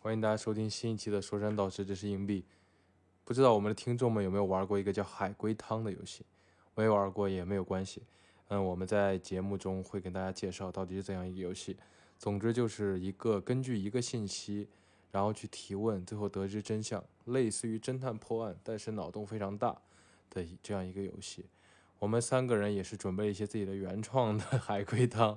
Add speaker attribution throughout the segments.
Speaker 1: 欢迎大家收听新一期的《说山道石》，这是硬币。不知道我们的听众们有没有玩过一个叫海龟汤的游戏？没玩过也没有关系。嗯，我们在节目中会跟大家介绍到底是怎样一个游戏。总之就是一个根据一个信息，然后去提问，最后得知真相，类似于侦探破案，但是脑洞非常大的这样一个游戏。我们三个人也是准备一些自己的原创的 海龟汤。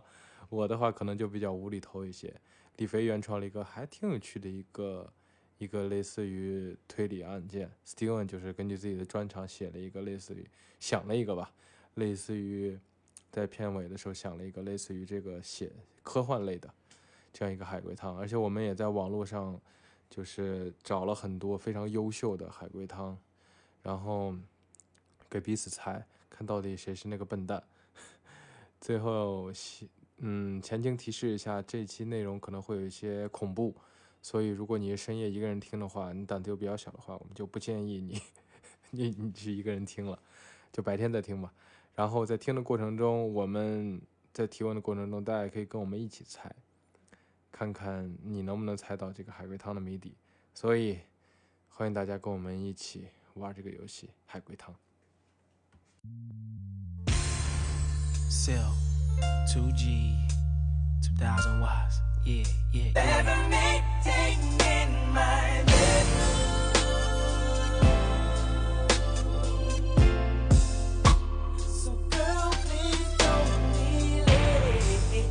Speaker 1: 我的话可能就比较无厘头一些。李飞原创了一个还挺有趣的一个一个类似于推理案件，Steven 就是根据自己的专长写了一个类似于想了一个吧，类似于在片尾的时候想了一个类似于这个写科幻类的这样一个海龟汤，而且我们也在网络上就是找了很多非常优秀的海龟汤，然后给彼此猜，看到底谁是那个笨蛋。 最后希嗯，前情提示一下，这期内容可能会有一些恐怖，所以如果你深夜一个人听的话，你胆子又比较小的话，我们就不建议你， 你你去一个人听了，就白天再听吧。然后在听的过程中，我们在提问的过程中，大家也可以跟我们一起猜，看看你能不能猜到这个海龟汤的谜底。所以欢迎大家跟我们一起玩这个游戏《海龟汤》。
Speaker 2: Sell 2G, 2000 watts. Yeah, yeah, yeah.
Speaker 3: So girl, please don't be late.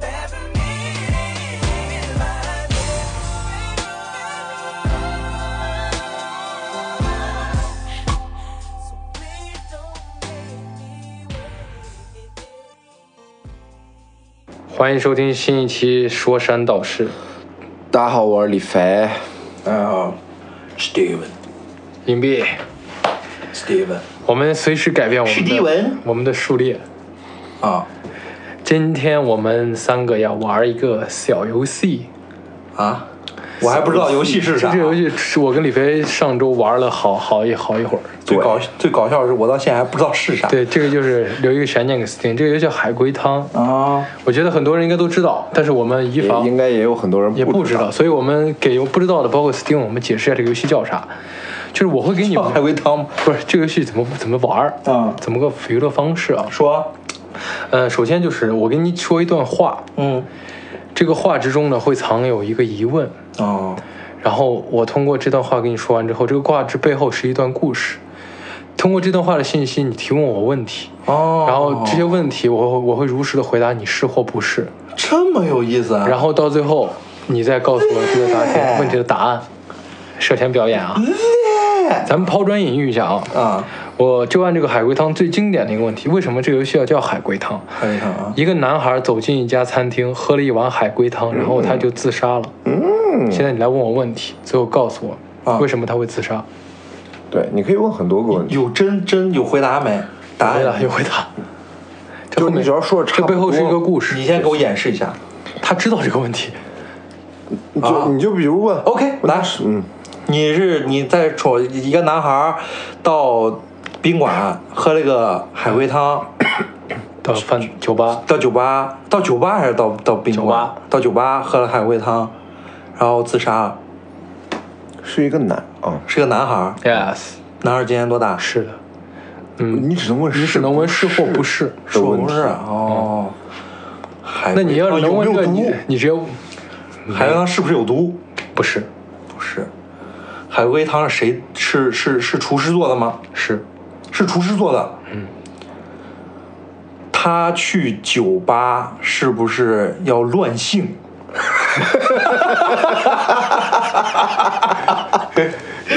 Speaker 3: Having me in my bed. So please don't make me wait.
Speaker 1: 欢迎收听新一期《说山道事》，
Speaker 4: 大家好，我是李肥。
Speaker 5: 大家好，Steven，Steven，
Speaker 1: 隐蔽。我们随时改变我们
Speaker 5: 史蒂
Speaker 1: 的
Speaker 5: 文
Speaker 1: 我们的数列。
Speaker 5: 啊
Speaker 1: 今天我们三个要哎玩一个小游戏，
Speaker 5: 啊，我还不知道游戏是
Speaker 1: 这
Speaker 5: 啥。
Speaker 1: 个游戏是我跟李飞上周玩了好好一好一会儿。
Speaker 5: 最搞最搞笑的是，我到现在还不知道是啥。
Speaker 1: 对，这个就是留一个悬念给 Steam，这个游戏叫海龟汤，
Speaker 5: 啊，
Speaker 1: 我觉得很多人应该都知道，但是我们以
Speaker 4: 也
Speaker 1: 防
Speaker 4: 应该也有很多人
Speaker 1: 也不
Speaker 4: 知
Speaker 1: 知道，所以我们给不知道的，包括 Steam，我们解释一下这个游戏叫啥。就是我会给你
Speaker 5: 叫海龟汤吗
Speaker 1: 不是这个游戏怎么怎么玩儿
Speaker 5: 嗯
Speaker 1: 怎么个娱乐方式啊？
Speaker 5: 说，
Speaker 1: 呃，首先就是我跟你说一段话，
Speaker 5: 嗯，
Speaker 1: 这个话之中呢会藏有一个疑问，
Speaker 5: 哦，
Speaker 1: 然后我通过这段话跟你说完之后，这个卦之背后是一段故事。通过这段话的信息，你提问我问题，
Speaker 5: 哦，
Speaker 1: 然后这些问题我会我会如实的回答你是或不是，
Speaker 5: 这么有意思啊！
Speaker 1: 然后到最后你再告诉我这个答题问题的答案。涉嫌表演啊！咱们抛砖引玉一下啊！
Speaker 5: 啊，
Speaker 1: 我就按这个海龟汤最经典的一个问题，为什么这个游戏要叫海龟汤？
Speaker 5: 海龟汤啊，
Speaker 1: 一个男孩走进一家餐厅，喝了一碗海龟汤，然后他就自杀了。嗯，现在你来问我问题，最后告诉我
Speaker 5: 啊
Speaker 1: 为什么他会自杀？
Speaker 4: 道。对，你可以问很多个
Speaker 6: 嗯
Speaker 4: 问题，
Speaker 5: 有真真有回答没？答
Speaker 1: 回答
Speaker 5: 案
Speaker 1: 有回答。这
Speaker 4: 就是
Speaker 1: 后面
Speaker 4: 你只要说得差
Speaker 1: 这
Speaker 4: 不多
Speaker 1: 背后是一个故事。
Speaker 5: 你先给我演示一下。
Speaker 1: 他知道这个问题，
Speaker 4: 你就、
Speaker 5: 啊
Speaker 4: 你就比如问
Speaker 5: OK，
Speaker 4: 问
Speaker 5: 来
Speaker 4: 嗯，
Speaker 5: 你是你在说一个男孩到宾馆喝了个海龟汤，
Speaker 1: 到饭酒吧，
Speaker 5: 到酒吧，到酒吧还是到到宾
Speaker 1: 酒吧
Speaker 5: 馆？到酒吧喝了海龟汤，然后自杀了，
Speaker 4: 是一个男啊，
Speaker 5: 是个男孩儿。
Speaker 1: ，yes，
Speaker 5: 男孩儿今年多大？
Speaker 1: 是的，
Speaker 6: 嗯
Speaker 4: 你只能问
Speaker 1: 你
Speaker 4: 是
Speaker 1: 只能问是或不是。啊
Speaker 4: 的
Speaker 5: 说
Speaker 4: 问
Speaker 5: 不
Speaker 4: 题
Speaker 5: 是。哦。海
Speaker 1: 那
Speaker 5: 龟
Speaker 1: 你要
Speaker 5: 汤
Speaker 1: 是能
Speaker 5: 啊有
Speaker 1: 问
Speaker 5: 没
Speaker 1: 这
Speaker 5: 有
Speaker 1: 个，你
Speaker 5: 毒？
Speaker 1: 你直接
Speaker 5: 海龟汤是不是有毒？
Speaker 1: 不是
Speaker 5: 不是。海龟汤是谁？是是是厨师做的吗？
Speaker 1: 是
Speaker 5: 是厨师做的。嗯。他去酒吧是不是要乱性？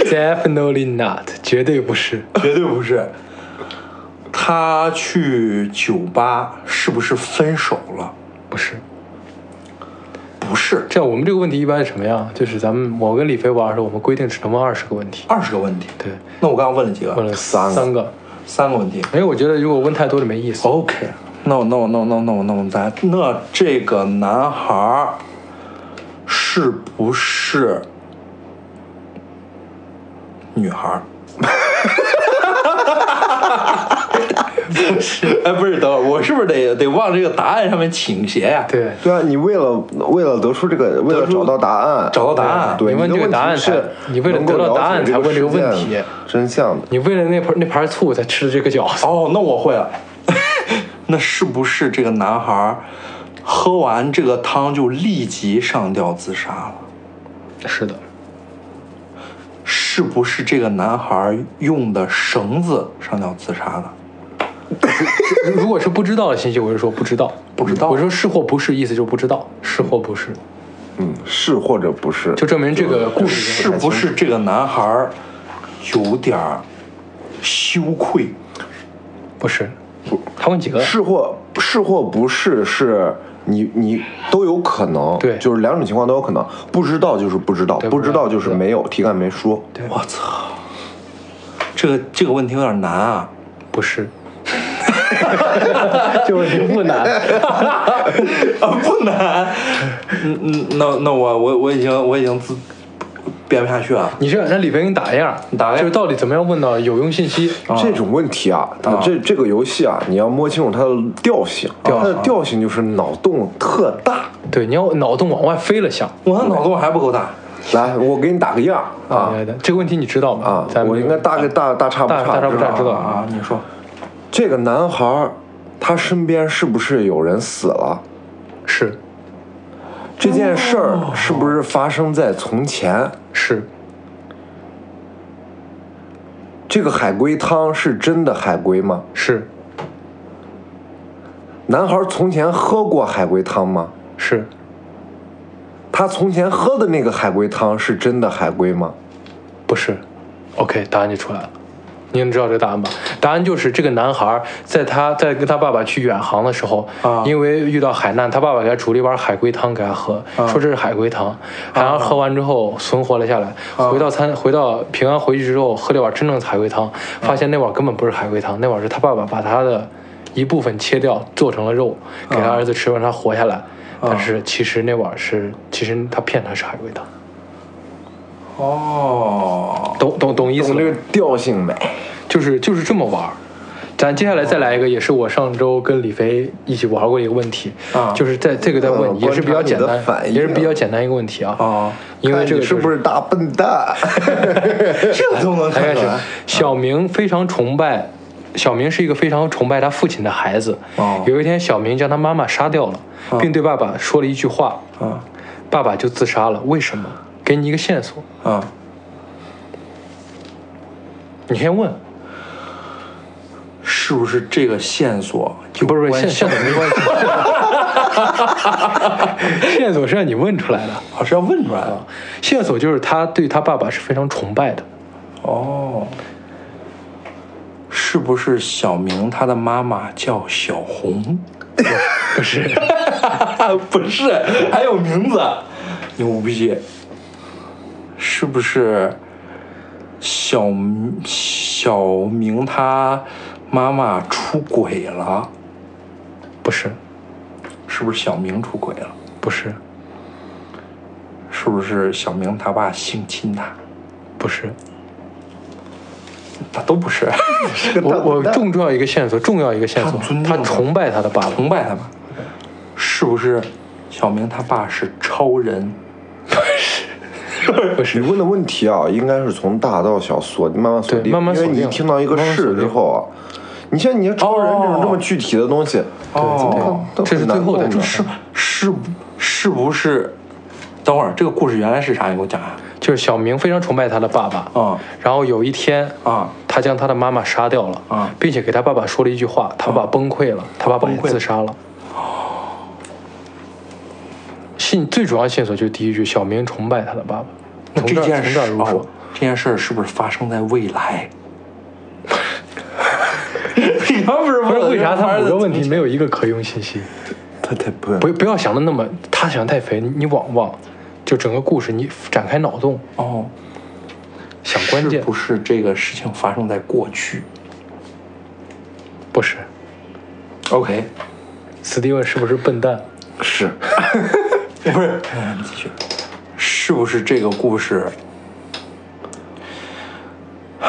Speaker 1: definitely not，绝对不是。
Speaker 5: 绝对不是。他去酒吧是不是分手了？
Speaker 1: 不是，
Speaker 5: 不是，
Speaker 1: 这样我们这个问题一般是什么呀？就是咱们我跟李飞玩的时候，我们规定只能问二十个问题。
Speaker 5: 二十个问题。
Speaker 1: 对，
Speaker 5: 那我刚刚问了几
Speaker 1: 问了
Speaker 5: 个？
Speaker 4: 三个
Speaker 1: 三个，
Speaker 5: 三个问题。
Speaker 1: 因为我觉得如果问太多就没意思。
Speaker 5: OK，那我那我那我那我那我那我咱那这个男孩儿是不是女孩儿？ 不是，哎，不是，等会儿我是不是得得往这个答案上面倾斜呀、
Speaker 6: 对，
Speaker 4: 对啊，你为了为了得出这个，为了
Speaker 5: 出
Speaker 4: 找到答案，
Speaker 5: 找到答案
Speaker 4: 对，
Speaker 6: 你问
Speaker 4: 的
Speaker 6: 这个答案
Speaker 4: 问题是
Speaker 6: 才你为了
Speaker 4: 能够
Speaker 6: 得到答案
Speaker 4: 了解
Speaker 6: 才问这个
Speaker 4: 事件
Speaker 6: 问题
Speaker 4: 真相的。
Speaker 6: 你为了那盘那盘醋才吃的这个饺子，
Speaker 5: 哦，那我会了。 那是不是这个男孩儿喝完这个汤就立即上吊自杀了？
Speaker 6: 是的，
Speaker 5: 是不是这个男孩儿用的绳子上吊自杀的？
Speaker 6: 如果是不知道的信息，我就说不知道，
Speaker 5: 不知道
Speaker 6: 我说是或不是，意思就是不知道，是或不是，
Speaker 4: 嗯，是或者不是？
Speaker 6: 就证明这个故事
Speaker 5: 是不是这个男孩儿有点儿羞愧？
Speaker 6: 不是。他问几个？
Speaker 4: 是或是或不是是。你你都有可能，
Speaker 6: 对
Speaker 4: 就是两种情况都有可能，不知道就是不知道，
Speaker 6: 对
Speaker 4: 不知道就是没有，题干没说。
Speaker 5: 我操，这个这个问题有点难啊！
Speaker 6: 不是，这问题不难。
Speaker 5: 啊，不难。嗯嗯，那那我我我已经我已经自编不下去啊了。
Speaker 6: 你这样让李飞给你打一样，
Speaker 5: 打个样
Speaker 6: 就是到底怎么样问到有用信息？
Speaker 4: 这种问题啊，它
Speaker 5: 啊
Speaker 4: 这这个游戏啊，你要摸清楚它的调性，啊它的调性就是脑洞特大。
Speaker 6: 对，你要脑洞往外飞了想。
Speaker 5: 我的脑洞还不够大。
Speaker 4: 来，我给你打个样儿啊
Speaker 6: 对对这个问题你知道吗？
Speaker 4: 啊
Speaker 6: 咱，们
Speaker 4: 我应该大概大大差不
Speaker 6: 大
Speaker 4: 差，
Speaker 6: 大差不差
Speaker 4: 吧
Speaker 6: 知道
Speaker 5: 啊，你说
Speaker 4: 这个男孩儿他身边是不是有人死了？
Speaker 6: 是
Speaker 4: 这件事儿是不是发生在从前？
Speaker 6: 是
Speaker 4: 这个海龟汤是真的海龟吗？
Speaker 6: 是
Speaker 4: 男孩儿从前喝过海龟汤吗？
Speaker 6: 是
Speaker 4: 他从前喝的那个海龟汤是真的海龟吗？
Speaker 6: 不是？OK，答案就出来了。你能知道这个答案吧？答案就是这个男孩在他在跟他爸爸去远航的时候，
Speaker 5: 啊
Speaker 6: 因为遇到海难，他爸爸给他煮了一碗海龟汤给他喝，说这是海龟汤。海洋喝完之后存活了下来，回到餐回到平安回去之后喝了一碗真正的海龟汤，发现那碗根本不是海龟汤，那碗是他爸爸把他的一部分切掉做成了肉给他儿子吃，让他活下来。但是其实那碗是，其实他骗他是海龟汤，
Speaker 5: 哦，
Speaker 6: 懂懂懂意思
Speaker 4: 懂
Speaker 6: 吗？
Speaker 4: 这个调性没？
Speaker 6: 就是就是这么玩儿。咱接下来再来一个，也是我上周跟李飞一起玩过一个问题，
Speaker 5: 啊
Speaker 6: 就是在这个在问，
Speaker 4: 嗯
Speaker 6: 也是比较简
Speaker 4: 观察
Speaker 6: 单
Speaker 4: 你的反，应
Speaker 6: 也是比较简单一个问题啊。
Speaker 5: 哦，
Speaker 6: 因为这个
Speaker 4: 看你是不
Speaker 6: 是
Speaker 4: 是大 笨蛋？
Speaker 5: 这都能
Speaker 6: 大概
Speaker 5: 看出
Speaker 6: 是
Speaker 5: 来。
Speaker 6: 小
Speaker 4: 啊
Speaker 6: 明非常崇拜，小明是一个非常崇拜他父亲的孩子
Speaker 5: 哦。
Speaker 6: 有一天，小明将他妈妈杀掉了，
Speaker 4: 啊
Speaker 6: 并对爸爸说了一句话，
Speaker 5: 啊
Speaker 6: 爸爸就自杀了。为什么？给你一个线索，
Speaker 5: 啊，
Speaker 6: 你先问，
Speaker 5: 是不是这个线索有
Speaker 6: 不是不是
Speaker 5: 关
Speaker 6: 线
Speaker 5: 系
Speaker 6: 线索没关 系， 线索是让你问出来的。
Speaker 5: 啊？是要问出来的。
Speaker 6: 线索就是他对他爸爸是非常崇拜的，
Speaker 5: 哦，是不是小明他的妈妈叫小红？
Speaker 6: 不是？
Speaker 5: 不是，还有名字，牛逼！是不是小明小明他妈妈出轨了？
Speaker 6: 不是，
Speaker 5: 是不是小明出轨了？
Speaker 6: 不是，
Speaker 5: 是不是小明他爸性侵他？
Speaker 6: 不是。
Speaker 5: 他都不是，
Speaker 6: 我我重要一个线索，重要一个线索
Speaker 5: 他尊，敬
Speaker 6: 他
Speaker 5: 他
Speaker 6: 崇拜他的爸爸，
Speaker 5: 崇拜他吧？是不是小明他爸是超人？
Speaker 6: 不是
Speaker 4: 你问的问题啊，应该是从大到小锁慢慢锁
Speaker 6: 对
Speaker 4: 定，
Speaker 6: 慢慢
Speaker 4: 因为
Speaker 6: 锁定
Speaker 4: 你一听到一个
Speaker 6: 慢慢锁
Speaker 4: 是
Speaker 6: 定
Speaker 4: 之后啊，你像你像超人这
Speaker 5: 哦
Speaker 4: 种这么具体的东西，
Speaker 5: 哦，
Speaker 4: 都
Speaker 6: 这是
Speaker 4: 很
Speaker 6: 最
Speaker 4: 难
Speaker 6: 后的
Speaker 4: 弄的
Speaker 6: 这
Speaker 5: 是是是不是？等会儿这个故事原来是啥？你给我讲啊！
Speaker 6: 就是小明非常崇拜他的爸爸，
Speaker 5: 啊
Speaker 6: 然后有一天
Speaker 5: 啊，
Speaker 6: 他将他的妈妈杀掉了，
Speaker 5: 啊
Speaker 6: 并且给他爸爸说了一句话，他爸爸崩溃
Speaker 5: 哦
Speaker 6: 了，他爸爸也
Speaker 5: 崩溃
Speaker 6: 自杀了。信最主要线索就是第一句，小明崇拜他的爸爸。
Speaker 5: 那
Speaker 6: 从
Speaker 5: 这
Speaker 6: 这儿
Speaker 5: 件
Speaker 6: 从
Speaker 5: 事
Speaker 6: 这儿
Speaker 5: 儿
Speaker 6: 入手，
Speaker 5: 哦，这件事儿是不是发生在未来？你刚不是
Speaker 6: 不是为啥他五
Speaker 5: 五
Speaker 6: 个问题没有一个可用信息？
Speaker 4: 他太笨
Speaker 6: 不不要想的那么，他想太肥，你你往往就整个故事你展开脑洞
Speaker 5: 哦，
Speaker 6: 想关键，
Speaker 5: 是不是这个事情发生在过去
Speaker 6: 不是
Speaker 5: ？OK，
Speaker 6: 史蒂文是不是笨蛋？
Speaker 4: 是
Speaker 5: 不是，嗯继续，是不是这个故事？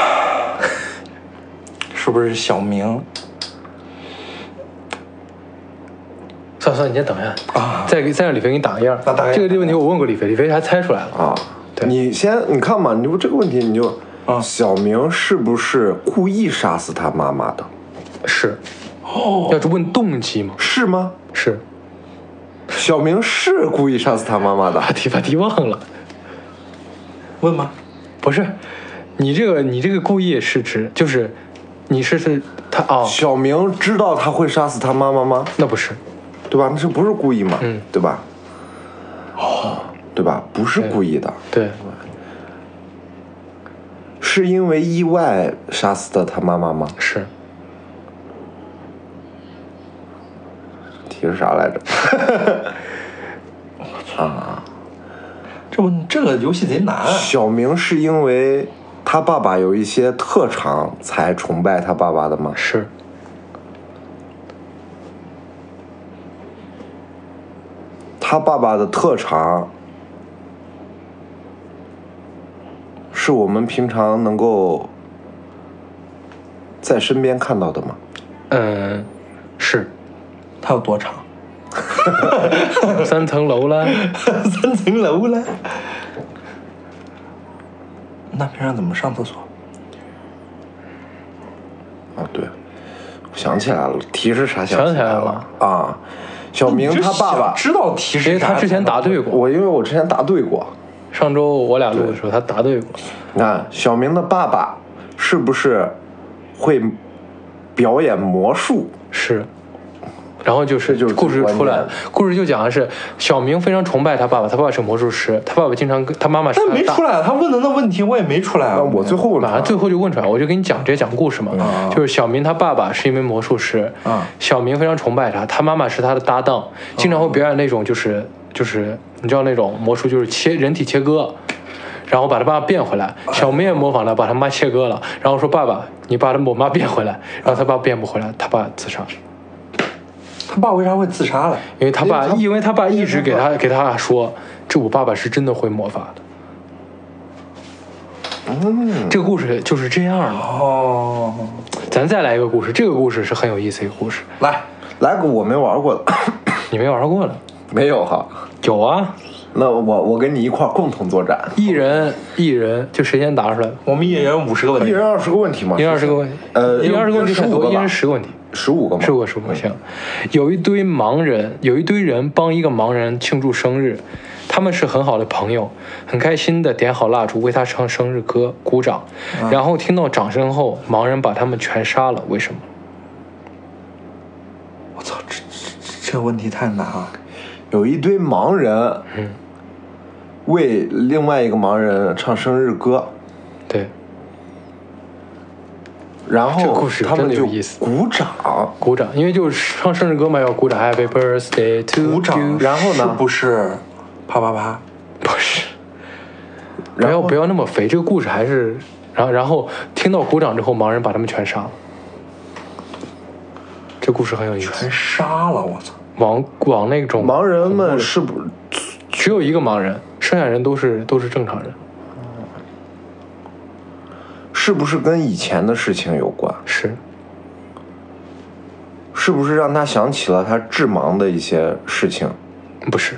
Speaker 5: 是不是小明
Speaker 6: 算，你先等一下啊，再给再让李飞给你打个样儿。
Speaker 4: 那打个样儿
Speaker 6: 这个问题我问过李飞，李飞还猜出来了。
Speaker 4: 啊。
Speaker 6: 对
Speaker 4: 你先你看嘛，你不这个问题你就，小明是不是故意杀死他妈妈的？
Speaker 6: 是，哦，要是问动机嘛，
Speaker 4: 是吗？
Speaker 6: 是，
Speaker 4: 小明是故意杀死他妈妈的
Speaker 6: 把。题把题忘了，
Speaker 5: 问吗？
Speaker 6: 不是，你这个你这个故意是指就是，你是是他哦，
Speaker 4: 小明知道他会杀死他妈妈吗？
Speaker 6: 那不是，
Speaker 4: 对吧？那是不是故意嘛？
Speaker 6: 嗯
Speaker 4: 对吧？哦，对吧？不是故意的，
Speaker 6: 对，
Speaker 4: 是因为意外杀死的他妈妈吗？
Speaker 6: 是，
Speaker 4: 题是啥来着？
Speaker 5: 这不这个游戏贼难啊。
Speaker 4: 小明是因为他爸爸有一些特长才崇拜他爸爸的吗？
Speaker 6: 是，
Speaker 4: 他爸爸的特长是我们平常能够在身边看到的吗？
Speaker 6: 嗯，是
Speaker 5: 它有多长？
Speaker 6: 三层楼啦，
Speaker 5: 三层楼了。那平常怎么上厕所？
Speaker 4: 啊，对，我想起来了，题是啥？想
Speaker 6: 想
Speaker 4: 起
Speaker 6: 起来
Speaker 4: 来
Speaker 6: 了
Speaker 4: 啊，小明
Speaker 5: 你
Speaker 4: 他爸
Speaker 5: 就想
Speaker 4: 爸，
Speaker 5: 知道提
Speaker 6: 因
Speaker 5: 示
Speaker 6: 为
Speaker 5: 啥？
Speaker 6: 他之前答对过，
Speaker 4: 我因为我之前答对过，
Speaker 6: 上周我俩录的时候他答对过，
Speaker 4: 你看小明的爸爸是不是会表演魔术？
Speaker 6: 是。然后就是
Speaker 4: 这就是
Speaker 6: 故事就出来了
Speaker 4: 最关，
Speaker 6: 故事就讲的是小明非常崇拜他爸爸，他爸爸是魔术师，他爸爸经常跟他妈妈是
Speaker 5: 但
Speaker 6: 他
Speaker 5: 没
Speaker 6: 大
Speaker 5: 出来，啊他问的那问题我也没出来啊。
Speaker 4: 那我最后问
Speaker 6: 马
Speaker 4: 他
Speaker 6: 上，最后就问出来，我就给你讲直接讲故事嘛，就是小明他爸爸是一名魔术师，
Speaker 5: 嗯
Speaker 6: 小明非常崇拜他，他妈妈是他的搭档，经常会表演那种就是就是你知道那种魔术就是切人体切割，然后把他爸爸变回来，小明也模仿他把他妈切割了，然后说爸爸你把我妈变回来，然后他爸变不回来，他爸自杀，
Speaker 5: 他爸为啥会自杀了？
Speaker 6: 因为他爸因为他爸一直给他给他说这我爸爸是真的会魔法的，嗯，这个故事就是这样的。
Speaker 5: 哦，
Speaker 6: 咱再来一个故事，这个故事是很有意思一个故事，
Speaker 5: 来，
Speaker 4: 来个我没玩过的，
Speaker 6: 你 没玩过的？
Speaker 4: 没有哈。
Speaker 6: 有啊，
Speaker 4: 那我我跟你一块儿共同作战，
Speaker 6: 一人一人，就谁先答出来吧。
Speaker 5: 我们一人五十个问
Speaker 4: 一
Speaker 5: 题。
Speaker 4: 人二十个问题嘛，
Speaker 6: 一人二十个问题，
Speaker 4: 呃，
Speaker 6: 一人二十个问题
Speaker 4: 十
Speaker 6: 太
Speaker 4: 五
Speaker 6: 多，
Speaker 4: 个
Speaker 6: 一人
Speaker 4: 吧，
Speaker 6: 十个问题，
Speaker 4: 十五个嘛，嗯
Speaker 6: 十五个十五个行。有一堆盲人，有一堆人帮一个盲人庆祝生日，他们是很好的朋友，很开心的点好蜡烛为他唱生日歌，鼓掌。然后听到掌声后，盲人把他们全杀了，为什么？
Speaker 5: 我操，这这这问题太难啊了。
Speaker 4: 有一堆盲人，
Speaker 6: 嗯
Speaker 4: 为另外一个盲人唱生日歌，
Speaker 6: 对，
Speaker 4: 然
Speaker 6: 这个
Speaker 4: 后
Speaker 6: 故事
Speaker 4: 他们
Speaker 6: 真的
Speaker 4: 就
Speaker 6: 有意思
Speaker 4: 鼓掌，
Speaker 6: 鼓掌，因为就是唱生日歌嘛，要鼓掌，Happy Birthday to
Speaker 5: 鼓
Speaker 6: you
Speaker 5: 掌，
Speaker 4: 然后呢
Speaker 5: 是不是啪啪啪？
Speaker 6: 不是，不要不要那么肥，这个故事还是，然后然后听到鼓掌之后，盲人把他们全杀了。这故事很有意思
Speaker 5: 全，杀了！我操，
Speaker 6: 往往那种
Speaker 4: 盲人们是不
Speaker 6: 只有一个盲人，剩下人都是都是正常人，
Speaker 4: 是不是跟以前的事情有关？
Speaker 6: 是
Speaker 4: 是不是让他想起了他致盲的一些事情？
Speaker 6: 不是？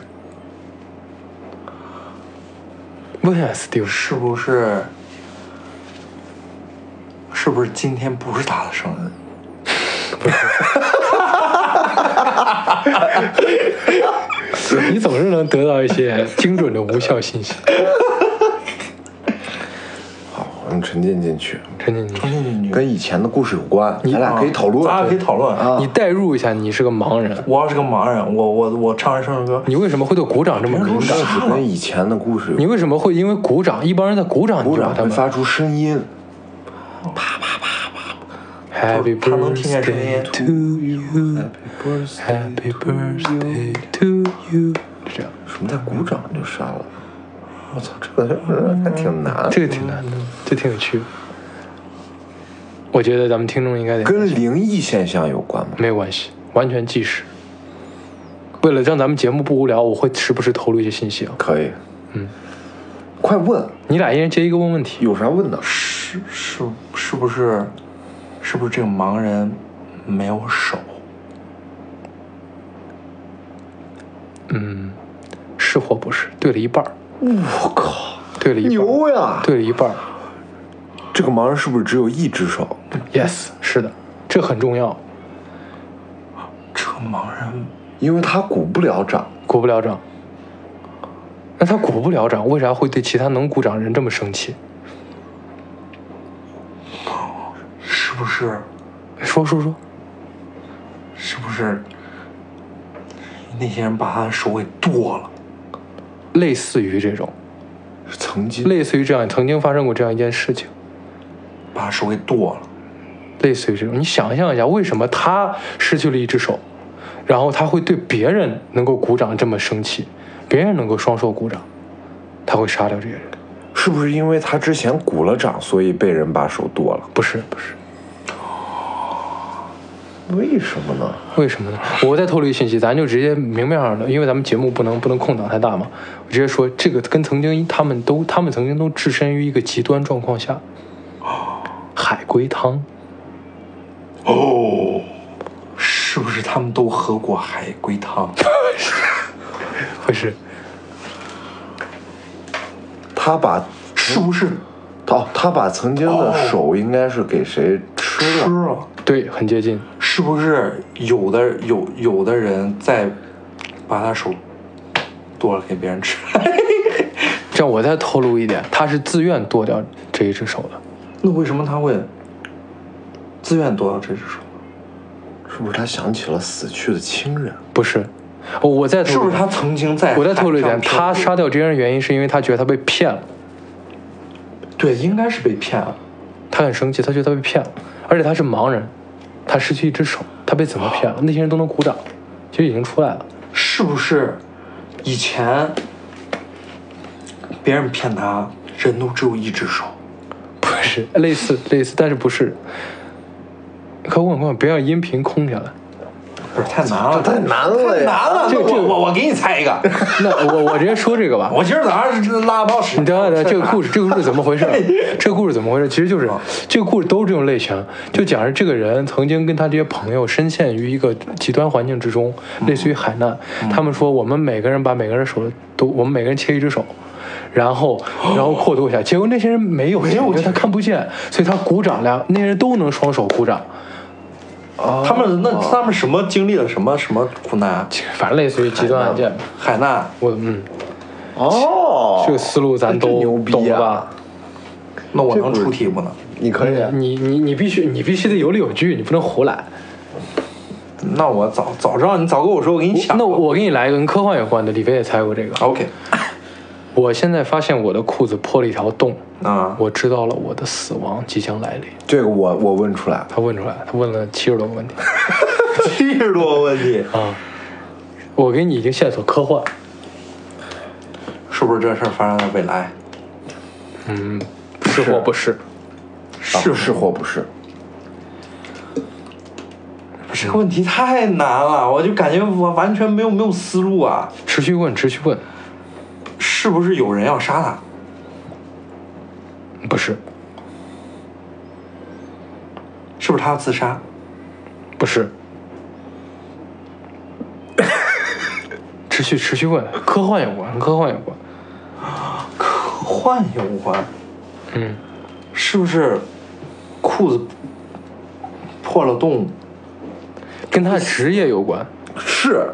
Speaker 6: 问啊，Steve，
Speaker 5: 是不是？是不是今天不是他的生日？
Speaker 6: 你总是能得到一些精准的无效信息，
Speaker 4: 我们沉浸进去，
Speaker 6: 陈静，你
Speaker 4: 跟以前的故事有关，咱俩可以讨论，
Speaker 6: 哦
Speaker 5: 咱俩可以讨论。
Speaker 4: 啊
Speaker 6: 你代入一下，你是个盲人，
Speaker 5: 我要是个盲人，我我我唱完生日歌，
Speaker 6: 你为什么会对鼓掌这么敏
Speaker 4: 应该
Speaker 6: 感？
Speaker 4: 是跟以前的故事有
Speaker 6: 你
Speaker 4: 关。
Speaker 6: 为什么会因为鼓掌，一帮人在鼓掌，你
Speaker 4: 鼓
Speaker 6: 就把
Speaker 4: 掌
Speaker 6: 他
Speaker 4: 会
Speaker 6: 们
Speaker 4: 发出声音，
Speaker 6: Happy
Speaker 5: 他能听见声
Speaker 6: birthday
Speaker 5: 音
Speaker 6: to you, Happy birthday to you。是这样，
Speaker 4: 什么叫鼓掌就杀了？嗯我操，这个还挺难，
Speaker 6: 这个挺难的，这挺有趣的。我觉得咱们听众应该得
Speaker 4: 跟灵异现象有关吗？
Speaker 6: 没有关系，完全即时。为了让咱们节目不无聊，我会时不时透露一些信息啊。
Speaker 4: 可以，嗯，快问，
Speaker 6: 你俩一人接一个问问题，
Speaker 4: 有啥问的？
Speaker 5: 是是是不是？是不是这个盲人没有手？
Speaker 6: 嗯，是或不是，对了一半儿，
Speaker 4: 我靠，
Speaker 6: 对了一半儿，
Speaker 4: 牛呀！
Speaker 6: 对了一半儿
Speaker 4: 这个盲人是不是只有一只手？
Speaker 6: ，yes，是的，这很重要，
Speaker 5: 这盲人
Speaker 4: 因为他鼓不了掌，
Speaker 6: 鼓不了掌。那他鼓不了掌，为啥会对其他能鼓掌的人这么生气？
Speaker 5: 是不是
Speaker 6: 说说说，
Speaker 5: 是不是那些人把他的手给剁了？
Speaker 6: 类似于这种，
Speaker 4: 曾经
Speaker 6: 类似于这样，曾经发生过这样一件事情。
Speaker 5: 把他手给剁了，
Speaker 6: 类似于这种。你想象一下，为什么他失去了一只手，然后他会对别人能够鼓掌这么生气，别人能够双手鼓掌，他会杀掉这些人？
Speaker 4: 是不是因为他之前鼓了掌，所以被人把手剁了？
Speaker 6: 不是，不是，
Speaker 4: 为什么呢？
Speaker 6: 为什么呢？我再透露一个信息，咱就直接明面上的，因为咱们节目不能不能空档太大嘛，我直接说，这个跟曾经他们都他们曾经都置身于一个极端状况下，海龟汤。
Speaker 5: 哦，是不是他们都喝过海龟汤？
Speaker 6: 不是，
Speaker 4: 他把
Speaker 5: 是不是
Speaker 4: 哦，他把曾经的
Speaker 6: 哦
Speaker 4: 手应该是给谁吃
Speaker 5: 吃
Speaker 4: 了？
Speaker 5: 了？
Speaker 6: 对，很接近，
Speaker 5: 是不是有的有有的人在把他手剁了给别人吃？
Speaker 6: 这样我再透露一点，他是自愿剁掉这一只手的。
Speaker 5: 那为什么他会自愿剁掉这只手？
Speaker 4: 是不是他想起了死去的亲人？
Speaker 6: 不是，哦我再透露
Speaker 5: 是不是他曾经在
Speaker 6: 我再透露一点，
Speaker 5: 海上
Speaker 6: 他
Speaker 5: 漂
Speaker 6: 杀掉这些人的原因是因为他觉得他被骗了，
Speaker 5: 流对应该是被骗了，
Speaker 6: 他很生气，他觉得他被骗了，而且他是盲人，他失去一只手，他被怎么骗了？那些人都能鼓掌，其实已经出来了。
Speaker 5: 是不是以前别人骗他，人都只有一只手？
Speaker 6: 不是，类似类似，但是不是？快问快问，别让音频空下来。
Speaker 5: 不是太难了，
Speaker 4: 太难了
Speaker 5: 太
Speaker 4: 呀！
Speaker 5: 难了！
Speaker 6: 这
Speaker 5: 那
Speaker 6: 这
Speaker 5: 我我我给你猜一个，
Speaker 6: 那我我直接说这个吧。
Speaker 5: 我今儿早上是拉不到屎。
Speaker 6: 你等等，这个故 事，这个故事怎么回事？这个故事怎么回事？其实就是
Speaker 4: 哦
Speaker 6: 这个故事都是这种类型，就讲是这个人曾经跟他这些朋友深陷于一个极端环境之中，类似于海难。
Speaker 4: 嗯
Speaker 6: 他们说，我们每个人把每个人手都，我们每个人切一只手。然后，
Speaker 4: 哦
Speaker 6: 然后扩度一下，结果那些人没有，没有，因为他看不见，所以他鼓掌了，那些人都能双手鼓掌，
Speaker 5: 他们那他们什么经历了什么什么苦难啊？
Speaker 6: 反正类似于极端案件。
Speaker 5: 海难，
Speaker 6: 我嗯，
Speaker 4: 哦，
Speaker 6: 这个思路咱
Speaker 4: 真
Speaker 6: 都
Speaker 4: 牛逼啊
Speaker 6: 懂了
Speaker 4: 呀
Speaker 6: 吧？
Speaker 5: 那我能出题不能？
Speaker 4: 你可以啊，
Speaker 6: 你你你必须你必须得有理有据，你不能胡来。
Speaker 5: 那我早早知道你早跟我说，我给你想。
Speaker 6: 那我给你来一个跟科幻有关的，李飞也猜过这个。
Speaker 5: OK
Speaker 6: 我现在发现我的裤子破了一条洞，
Speaker 5: 啊，
Speaker 6: 我知道了我的死亡即将来临。
Speaker 4: 这个我我问出来了，
Speaker 6: 他问出来，他问了七十多个问题
Speaker 5: 七十多个问题，
Speaker 6: 啊！我给你一个线索，科幻，
Speaker 5: 是不是这事儿发生在未来？
Speaker 6: 嗯，是或不是？
Speaker 4: 是是或不是？
Speaker 5: 不是这个问题太难了，我就感觉我完全没有没有思路啊！
Speaker 6: 持续问，持续问，
Speaker 5: 是不是有人要杀他？
Speaker 6: 不是，
Speaker 5: 是不是他要自杀？
Speaker 6: 不是。持续持续问，科幻有关，科幻有关，
Speaker 5: 科幻有关，
Speaker 6: 嗯，
Speaker 5: 是不是裤子破了洞？
Speaker 6: 跟他的职业有关，
Speaker 4: 是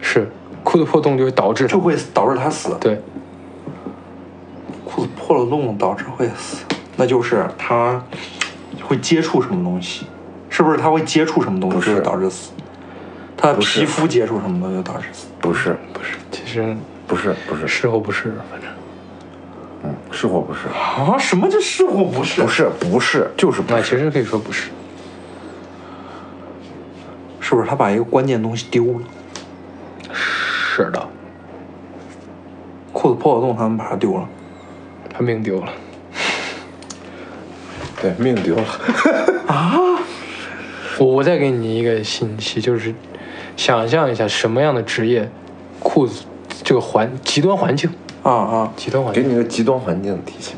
Speaker 6: 是裤子破洞就会导致他
Speaker 5: 就会导致他死，
Speaker 6: 对，
Speaker 5: 裤子破了洞导致会死，那就是他会接触什么东西，是不是他会接触什么东西
Speaker 4: 是
Speaker 5: 就导致死？他的
Speaker 4: 不是
Speaker 5: 皮肤接触什么东西就导致死？
Speaker 4: 不是
Speaker 6: 不是，其实
Speaker 4: 不是不是
Speaker 6: 是或不是，反正
Speaker 4: 嗯是或不是？
Speaker 5: 啊？什么叫是或不是
Speaker 4: 不是不是就是不
Speaker 6: 那
Speaker 4: 是
Speaker 6: 哎其实可以说不是。
Speaker 5: 是不是他把一个关键东西丢了？
Speaker 6: 是的，
Speaker 5: 裤子破了洞，他们把它丢了。
Speaker 6: 他命丢了。
Speaker 4: 对命丢了，
Speaker 6: 我我再给你一个信息，就是想象一下什么样的职业，裤子这个环极端环境，
Speaker 5: 啊啊！
Speaker 6: 极端环
Speaker 4: 给
Speaker 6: 境
Speaker 4: 你个极端环境的提醒，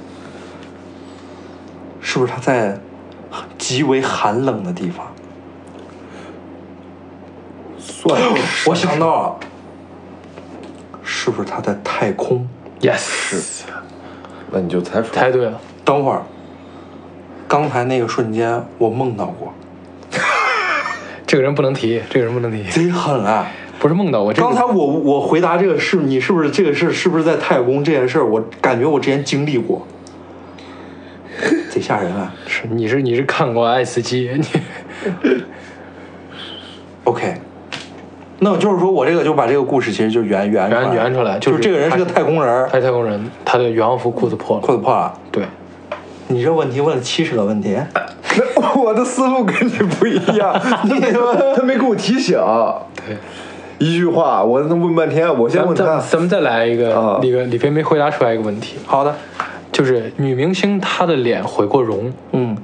Speaker 5: 是不是他在极为寒冷的地方？
Speaker 4: 算是
Speaker 5: 我想到了，是不是他在太空？
Speaker 6: ，yes，
Speaker 4: 那你就猜出 来
Speaker 6: 猜。对了，
Speaker 5: 等会儿，刚才那个瞬间我梦到过，
Speaker 6: 这个人不能提，这个人不能提，
Speaker 5: 贼狠啊！
Speaker 6: 不是梦到我这个
Speaker 5: 刚才我我回答这个是你是不是这个事是不是在太空这件事儿，我感觉我之前经历过，贼吓人啊
Speaker 6: 是你是你是看过爱斯基，你
Speaker 5: ！OK，那我就是说我这个就把这个故事其实就圆圆出来
Speaker 6: 圆圆出来，
Speaker 5: 就是这个人是个
Speaker 6: 他
Speaker 5: 太空人儿，
Speaker 6: 他是太空人，他的宇航服裤子破了，
Speaker 5: 裤子破了。
Speaker 6: 对，
Speaker 5: 你这问题问了七十个问题，
Speaker 4: 我的思路跟你不一 样，他没他没给我提醒。
Speaker 6: 对，
Speaker 4: 一句话，我能问半天，我先
Speaker 6: 咱
Speaker 4: 问
Speaker 6: 们
Speaker 4: 他
Speaker 6: 再。咱们再来一个
Speaker 4: 啊
Speaker 6: 李个李飞没回答出来一个问题，
Speaker 5: 好的，
Speaker 6: 就是女明星她的脸毁过容，
Speaker 5: 嗯，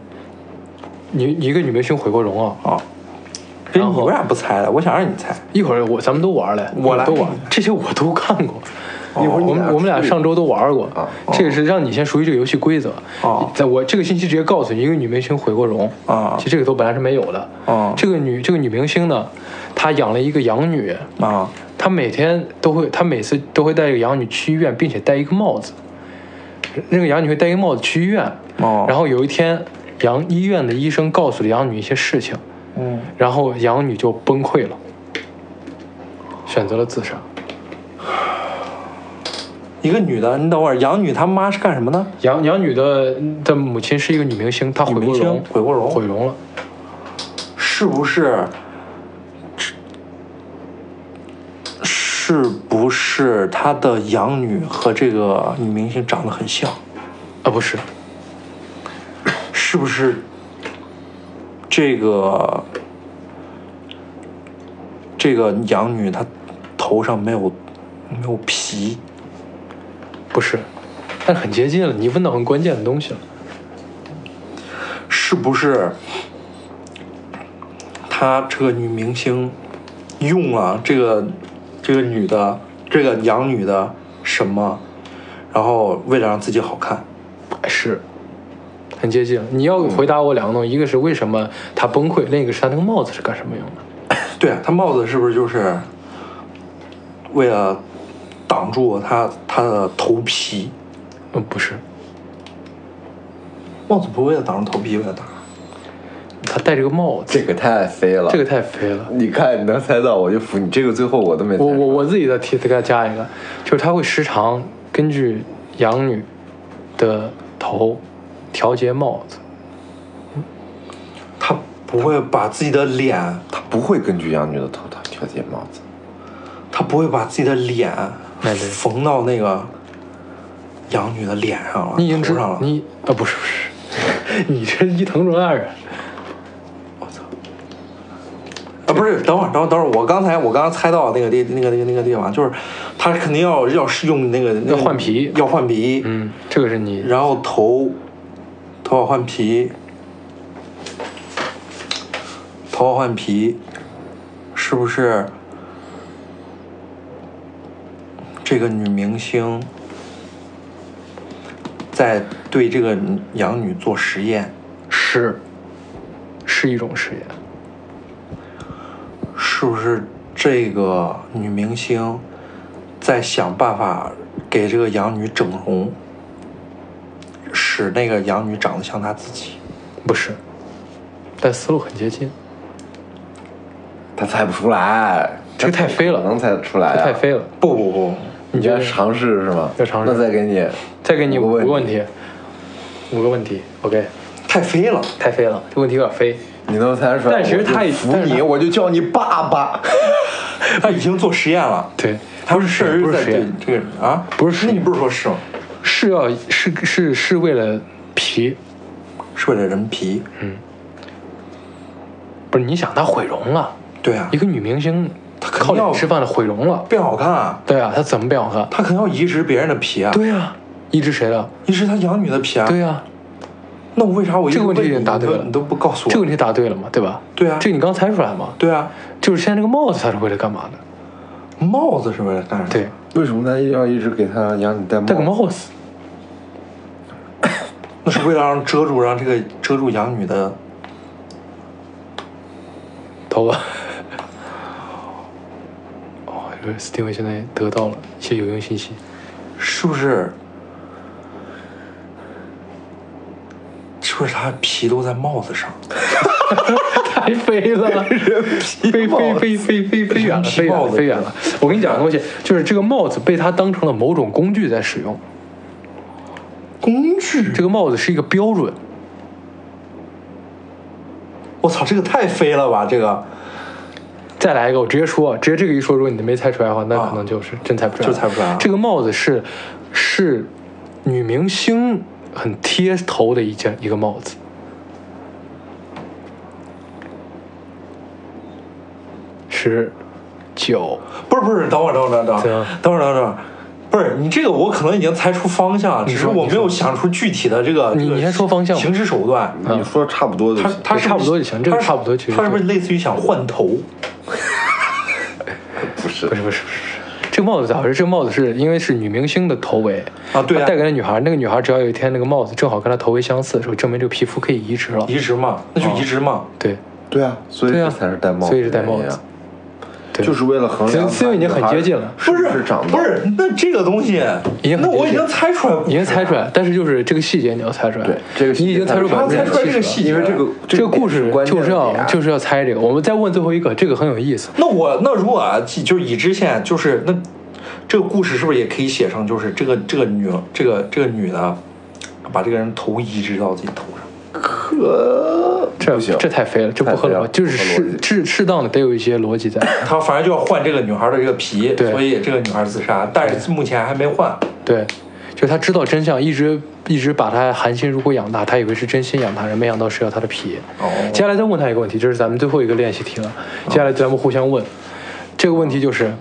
Speaker 6: 你一个女明星毁过容啊，
Speaker 5: 好。哎，
Speaker 6: 然
Speaker 5: 你
Speaker 6: 后
Speaker 5: 为啥不猜了？我想让你猜。
Speaker 6: 一会儿我咱们都玩来，
Speaker 5: 我来哦
Speaker 6: 都玩，这些我都看过。
Speaker 4: 一会儿你
Speaker 6: 我
Speaker 4: 俩
Speaker 6: 们我们俩
Speaker 4: 出去
Speaker 6: 上周都玩过，这个是让你先熟悉这个游戏规则。
Speaker 5: 啊哦
Speaker 6: 在我这个信息直接告诉你，一个女明星毁过容
Speaker 5: 啊
Speaker 6: 其实这个都本来是没有的。
Speaker 5: 哦
Speaker 6: 这个女这个女明星呢，她养了一个养女，
Speaker 5: 啊，
Speaker 6: 她每天都会，她每次都会带一个养女去医院，并且戴一个帽子。那个养女会戴一个帽子去医院，
Speaker 5: 哦
Speaker 6: 然后有一天，养医院的医生告诉了养女一些事情，
Speaker 5: 嗯，
Speaker 6: 然后养女就崩溃了，选择了自杀。
Speaker 5: 一个女的，你等会儿，养女她妈是干什么呢？
Speaker 6: 养养女的的母亲是一个女明星，她毁
Speaker 5: 女
Speaker 6: 过
Speaker 5: 明星
Speaker 6: 容，
Speaker 5: 毁过容
Speaker 6: 毁容了。
Speaker 5: 是不是？是不是他的养女和这个女明星长得很像？
Speaker 6: 啊，不是，
Speaker 5: 是不是这个这个养女她头上没有没有皮？
Speaker 6: 不是，但很接近了。你问到很关键的东西了。
Speaker 5: 是不是她这个女明星用了这个这个女的这个养女的什么，然后为了让自己好看？
Speaker 6: 哎是，很接近了。你要回答我两个东西，一个是为什么她崩溃，另一个是她那个帽子是干什么用的？
Speaker 5: 对啊，她帽子是不是就是为了挡住她她的头皮？
Speaker 6: 嗯，不是，
Speaker 5: 帽子不为了挡住头皮，为了挡。
Speaker 6: 她戴这个帽子，
Speaker 4: 这个太飞了，
Speaker 6: 这个太飞了。
Speaker 4: 你看你能猜到，我就服你。这个最后我都没猜
Speaker 6: 我
Speaker 4: 出来。
Speaker 6: 我我自己的题再给她加一个，就是她会时常根据养女的头调节帽子。
Speaker 5: 她不会把自己的脸，
Speaker 4: 他不会根据养女的头套调节帽子，
Speaker 5: 她不会把自己的脸
Speaker 6: 哎对
Speaker 5: 缝到那个养女的脸上了，
Speaker 6: 你已经知
Speaker 5: 头上
Speaker 6: 道
Speaker 5: 了。
Speaker 6: 你啊，不是不是， 你这一藤中二啊！
Speaker 5: 啊，不是，等会儿，等会儿，等会儿，我刚才我刚刚猜到那个地那个那个那个地方，就是他肯定要要是用那个那个
Speaker 6: 要换皮
Speaker 5: 要换皮，
Speaker 6: 嗯，这个是你
Speaker 5: 然后头头要换皮，头要换皮，是不是？这个女明星在对这个养女做实验，
Speaker 6: 是是一种实验，
Speaker 5: 是不是这个女明星在想办法给这个养女整容，使那个养女长得像她自己？
Speaker 6: 不是，但思路很接近。
Speaker 4: 他猜不出来。
Speaker 6: 这个太飞了
Speaker 4: 能猜得出来、啊？
Speaker 6: 太飞了，
Speaker 5: 不不不，
Speaker 4: 你要尝试是吗？
Speaker 6: 要尝试
Speaker 4: 那再给你，
Speaker 6: 再给你
Speaker 4: 五
Speaker 6: 五
Speaker 4: 个
Speaker 6: 个
Speaker 4: 问
Speaker 6: 问题，五个问题，OK，
Speaker 5: 太飞了！
Speaker 6: 太飞了，这个问题有点飞。
Speaker 4: 你能猜出来，
Speaker 6: 但其实他
Speaker 4: 我
Speaker 6: 已
Speaker 4: 就服
Speaker 6: 但是
Speaker 4: 你，
Speaker 6: 他
Speaker 4: 我就叫你 爸爸。
Speaker 5: 她已经做实验了，
Speaker 6: 对，
Speaker 5: 她
Speaker 6: 不是实
Speaker 5: 确
Speaker 6: 验
Speaker 5: 实
Speaker 6: 不是
Speaker 5: 在
Speaker 6: 实
Speaker 5: 对
Speaker 6: 验
Speaker 5: 这个啊，
Speaker 6: 不是实验
Speaker 5: 那你不是说是吗？
Speaker 6: 是要是是是为了皮，
Speaker 5: 是为了人皮？
Speaker 6: 不是？你想她毁容了，
Speaker 5: 对啊
Speaker 6: 一，个女明星她
Speaker 5: 肯定
Speaker 6: 靠脸
Speaker 5: 要
Speaker 6: 吃饭的毁容了，
Speaker 5: 变好看啊，
Speaker 6: 对啊，她怎么变好看？
Speaker 5: 她肯定要移植别人的皮啊，
Speaker 6: 对啊，一直谁的？
Speaker 5: 移植她养女的皮啊。
Speaker 6: 对啊，
Speaker 5: 那我为啥我一
Speaker 6: 这
Speaker 5: 直
Speaker 6: 个问题
Speaker 5: 问
Speaker 6: 已经
Speaker 5: 你
Speaker 6: 答对
Speaker 5: 你都
Speaker 6: 了
Speaker 5: 你都不告诉我？
Speaker 6: 这个问题答对了嘛？对吧？
Speaker 5: 对啊
Speaker 6: 这个你刚猜出来嘛？
Speaker 5: 对啊，
Speaker 6: 就是现在这个帽子它是为了干嘛的？
Speaker 5: 帽子是为了干什么？
Speaker 6: 对，，
Speaker 4: 为什么他要一直给他养你戴帽
Speaker 6: 戴个
Speaker 4: 子？
Speaker 6: 帽子，
Speaker 5: 那是为了让遮住，让这个遮住养女的。
Speaker 6: 啊 头发。哦，对，Steven 现在得到了一些有用信息。
Speaker 5: 是不是？是不是他皮都在帽子上？
Speaker 6: 太飞 了，飞飞飞飞飞飞远了，飞远
Speaker 5: 帽
Speaker 6: 了，
Speaker 5: 子
Speaker 6: 飞远了。我跟你讲个东西，就是这个帽子被他当成了某种工具在使用。
Speaker 5: 工具？
Speaker 6: 这个帽子是一个标准，
Speaker 5: 我操，这个太飞了吧！这个
Speaker 6: 再来一个，我直接说，啊直接这个一说，如果你没猜出来的话，那可能就是、真猜不出来，
Speaker 5: 啊就猜不出来啊
Speaker 6: 这个帽子是是女明星很贴头的一件一个帽子，十九，
Speaker 5: 不是不是，等会儿等会儿等会
Speaker 6: 怎
Speaker 5: 儿
Speaker 6: 样
Speaker 5: 等会儿等会儿等会儿，不是你这个我可能已经猜出方向，只是
Speaker 6: 说
Speaker 5: 我
Speaker 6: 你
Speaker 5: 没有想出具体的这个
Speaker 6: 你
Speaker 5: 这个
Speaker 6: 你先说方向吧
Speaker 5: 行事手段。
Speaker 4: 你说差不多就
Speaker 5: 他
Speaker 4: 行。
Speaker 5: 他是是
Speaker 6: 差不多就行这个
Speaker 5: 他是
Speaker 6: 差不多其实
Speaker 5: 他是不是类似于想换头？
Speaker 4: 不是
Speaker 6: 不是不是不是不是，这个帽子咋回事？这个帽子是因为是女明星的头围
Speaker 5: 啊对啊
Speaker 6: 她带给了女孩，那个女孩只要有一天那个帽子正好跟她头围相似的时候，证明这个皮肤可以移植了。
Speaker 5: 移植嘛，那
Speaker 6: 哦
Speaker 5: 就移植嘛。
Speaker 6: 对，
Speaker 4: 对啊，所以
Speaker 6: 对
Speaker 4: 这
Speaker 6: 啊
Speaker 4: 才是戴帽子，
Speaker 6: 所以是戴帽子对
Speaker 4: 就是为了衡量
Speaker 6: 思维已经很接近了
Speaker 4: 是
Speaker 5: 不
Speaker 4: 是长得
Speaker 5: 不是，那这个东西
Speaker 6: 已经，很
Speaker 5: 那我已
Speaker 6: 接近
Speaker 5: 经猜出来不是，
Speaker 6: 已经猜出来，但是就是这个细节你要猜出来。
Speaker 4: 对这个细节
Speaker 6: 你已经猜出
Speaker 4: 猜
Speaker 6: 百
Speaker 4: 不
Speaker 6: 分
Speaker 4: 出
Speaker 6: 之
Speaker 5: 猜
Speaker 4: 来
Speaker 5: 出来这个细节，
Speaker 4: 因为这个
Speaker 6: 这个故事
Speaker 4: 关键啊
Speaker 6: 就是要就是是要猜这个。我们再问最后一个，这个很有意思。
Speaker 5: 那我那如果啊，就就是已知线，就是那这个故事是不是也可以写上，就是这个这个女这个这个女的把这个人头移植到自己头上？
Speaker 6: 这
Speaker 4: 不行
Speaker 6: 这太飞了，这不合
Speaker 4: 太飞
Speaker 6: 逻
Speaker 4: 了
Speaker 6: 辑，就是
Speaker 4: 不合逻
Speaker 6: 适
Speaker 4: 辑
Speaker 6: 适适当的得有一些逻辑在。
Speaker 5: 她反正就要换这个女孩的这个皮，
Speaker 6: 对
Speaker 5: 所以这个女孩自杀，但是目前还没换。
Speaker 6: 对，就是他知道真相，一直一直把他含辛茹苦养大，他以为是真心养大人，没想到是要他的皮。
Speaker 5: 哦
Speaker 6: 接下来再问他一个问题，这是咱们最后一个练习题了。接下来咱们互相问，这个问题就是，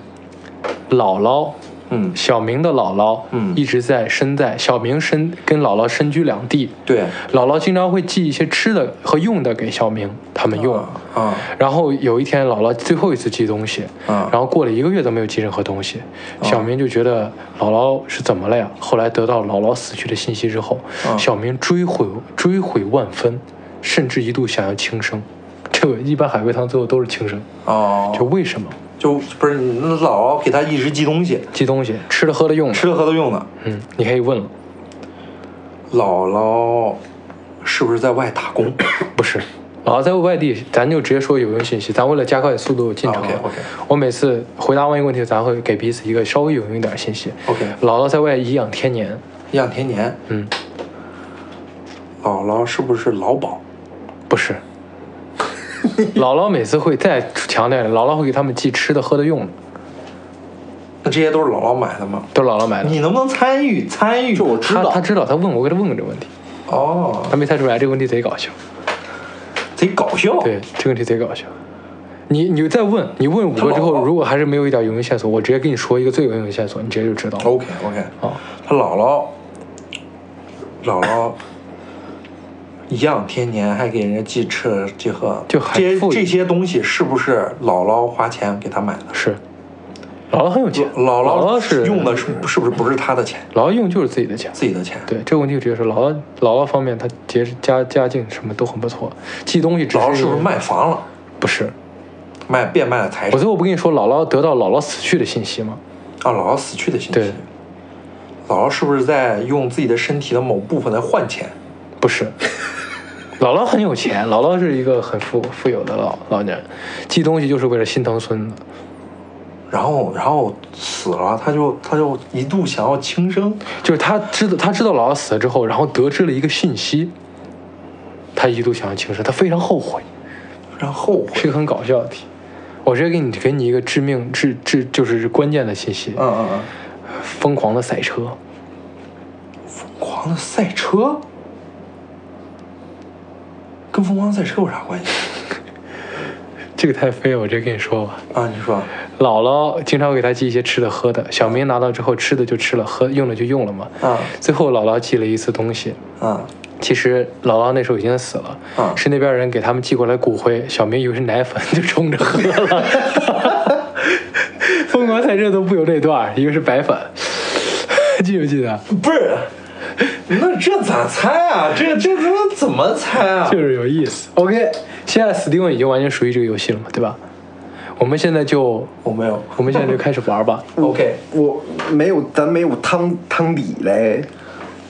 Speaker 6: 姥姥，
Speaker 5: 嗯
Speaker 6: 小明的姥姥，
Speaker 5: 嗯
Speaker 6: 一直在身在小明身跟姥姥身居两地，
Speaker 5: 对
Speaker 6: 姥姥经常会寄一些吃的和用的给小明他们用。
Speaker 5: 啊，
Speaker 6: 然后有一天，姥姥最后一次寄东西，
Speaker 5: 嗯
Speaker 6: 然后过了一个月都没有寄任何东西，
Speaker 5: 啊
Speaker 6: 小明就觉得姥姥是怎么了呀？后来得到姥姥死去的信息之后，
Speaker 5: 嗯
Speaker 6: 小明追悔追悔万分，甚至一度想要轻生。这个一般海龟汤最后都是轻生，
Speaker 5: 哦，
Speaker 6: 就为什么
Speaker 5: 就不是你那姥姥给她一直寄东西，
Speaker 6: 寄东西吃的喝的用的？
Speaker 5: 吃的喝的用的。
Speaker 6: 嗯，你可以问了，
Speaker 5: 姥姥是不是在外打工？
Speaker 6: 不是。姥姥哦在外地，咱就直接说有用信息。咱为了加快速度进程啊、
Speaker 5: 啊，OK，OK
Speaker 6: 我每次回答完一个问题，咱会给彼此一个稍微有用一点的信息。
Speaker 5: OK
Speaker 6: 姥姥在外颐养天年，
Speaker 5: 颐养天年。
Speaker 6: 嗯，
Speaker 5: 姥姥是不是劳保？
Speaker 6: 不 是。姥姥每次会再强调一遍，姥姥会给他们寄吃的、喝的、用的，
Speaker 5: 那这些都是姥姥买的吗？
Speaker 6: 都是姥姥买的。
Speaker 5: 你能不能参与参与？就我
Speaker 6: 他他知道，他问我，我给他问过这个问题，
Speaker 5: 哦，
Speaker 6: 他没猜出来，这个问题贼搞笑。
Speaker 5: 贼搞笑。
Speaker 6: 对，这个问题贼搞笑。你你再问，你问五个之
Speaker 5: 他姥
Speaker 6: 后，
Speaker 5: 姥
Speaker 6: 如果还是没有一点有用线索，我直接跟你说一个最有用的线索，你直接就知道了。
Speaker 5: ，OK OK。
Speaker 6: 哦，
Speaker 5: 他姥姥，姥姥颐养天年，还给人家寄吃寄喝，
Speaker 6: 就很
Speaker 5: 这些
Speaker 6: 富裕
Speaker 5: 这些东西是不是姥姥花钱给他买的？
Speaker 6: 是，姥姥很有钱，
Speaker 5: 姥
Speaker 6: 姥姥是
Speaker 5: 用的是是不是不是他的钱，
Speaker 6: 姥姥用就是自己的钱。
Speaker 5: 自己的钱？
Speaker 6: 对，这个问题我直接说，姥姥姥姥方面，她节家家境什么都很不错，寄东西只
Speaker 5: 姥姥
Speaker 6: 是
Speaker 5: 是不是卖房了？
Speaker 6: 不是，
Speaker 5: 卖变卖了财
Speaker 6: 我
Speaker 5: 产
Speaker 6: 最后不跟你说姥姥得到姥姥死去的信息吗？
Speaker 5: 啊！姥姥死去的信
Speaker 6: 对
Speaker 5: 息。姥姥是不是在用自己的身体的某部分来换钱？
Speaker 6: 不是，姥姥很有钱，姥姥是一个很富富有的老老年人，寄东西就是为了心疼孙子。
Speaker 5: 然后，然后死了，他就他就一度想要轻生，
Speaker 6: 就是他知道他知道姥姥死了之后，然后得知了一个信息，他一度想要轻生，他非常后悔，
Speaker 5: 然后后
Speaker 6: 是
Speaker 5: 悔。
Speaker 6: 一个很搞笑的题。我直接给你给你一个致命致致就是关键的信息，
Speaker 5: 嗯嗯嗯，
Speaker 6: 疯狂的赛车，
Speaker 5: 疯狂的赛车，跟疯狂赛车有啥关系
Speaker 6: 这个太飞了，我直接跟你说吧。
Speaker 5: 啊？你说，
Speaker 6: 姥姥经常给他寄一些吃的喝的，小明拿到之后吃的就吃了，喝用的就用了嘛。
Speaker 5: 啊
Speaker 6: 最后姥姥寄了一次东西，
Speaker 5: 啊
Speaker 6: 其实姥姥那时候已经死了，
Speaker 5: 啊
Speaker 6: 是那边人给他们寄过来骨灰，小明以为是奶粉，就冲着喝了。 疯狂赛车都不有这段，一个是白粉， 记不记得？
Speaker 5: 不是，那这咋猜啊？这这他妈怎么猜啊？
Speaker 6: 就是有意思。OK，现在 Steven 已经完全属于这个游戏了嘛，对吧？我们现在就
Speaker 5: 我没有。
Speaker 6: 我们现在就开始 玩吧。
Speaker 5: OK，
Speaker 4: 我没有，咱没有汤汤底嘞。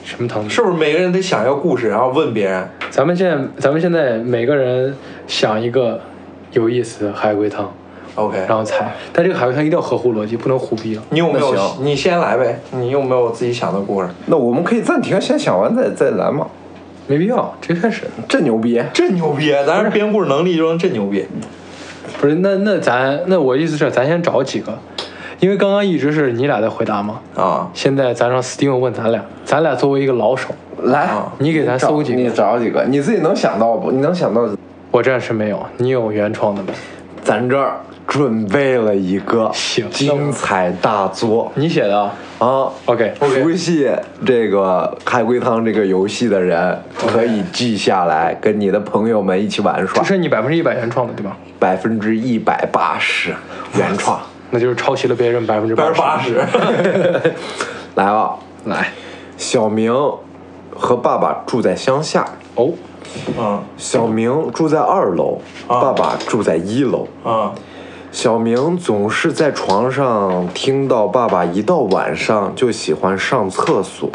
Speaker 6: 什么糖？
Speaker 5: 是不是每个人得想一个故事，然后问别人？
Speaker 6: 咱们现在咱们现在每个人想一个有意思的海龟汤，
Speaker 5: OK，
Speaker 6: 然后猜。但这个海龟汤一定要合乎逻辑，不能胡逼了。
Speaker 5: 你有没
Speaker 4: 那
Speaker 5: 有？
Speaker 4: 行
Speaker 5: 你先来呗。你有没有自己想的故事？
Speaker 4: 那我们可以暂停，先想完再再来嘛。
Speaker 6: 没必要，直接开始。
Speaker 4: 这牛逼！
Speaker 5: 真牛逼！啊咱这编故事能力中真牛逼。
Speaker 6: 不是，那那咱那我意思是，咱先找几个，因为刚刚一直是你俩在回答嘛。
Speaker 5: 啊
Speaker 6: 现在咱让 Steven 问咱俩，咱俩作为一个老手，
Speaker 4: 来，
Speaker 5: 啊
Speaker 6: 你给咱搜几
Speaker 4: 你
Speaker 6: 个。
Speaker 4: 找几个，你自己能想到不？你能想到？
Speaker 6: 我暂时没有，你有原创的吗？
Speaker 4: 咱这儿准备了一个
Speaker 6: 行
Speaker 4: 精彩大作
Speaker 6: 你写的啊
Speaker 4: 啊！
Speaker 6: ？OK，
Speaker 4: 熟悉这个海龟汤这个游戏的人可以记下来，跟你的朋友们一起玩耍
Speaker 6: 这。是你百分之一百原创的对吧？
Speaker 4: 百分之一百八十原创，
Speaker 6: 那就是抄袭了别人百分之
Speaker 5: 百分之
Speaker 6: 八
Speaker 5: 八十。
Speaker 4: 来吧，来。小明和爸爸住在乡下，
Speaker 6: 哦，
Speaker 5: 嗯
Speaker 4: 小明住在二楼，
Speaker 6: 啊
Speaker 4: 爸爸住在一楼。
Speaker 5: 嗯
Speaker 4: 小明总是在床上听到爸爸一到晚上就喜欢上厕所，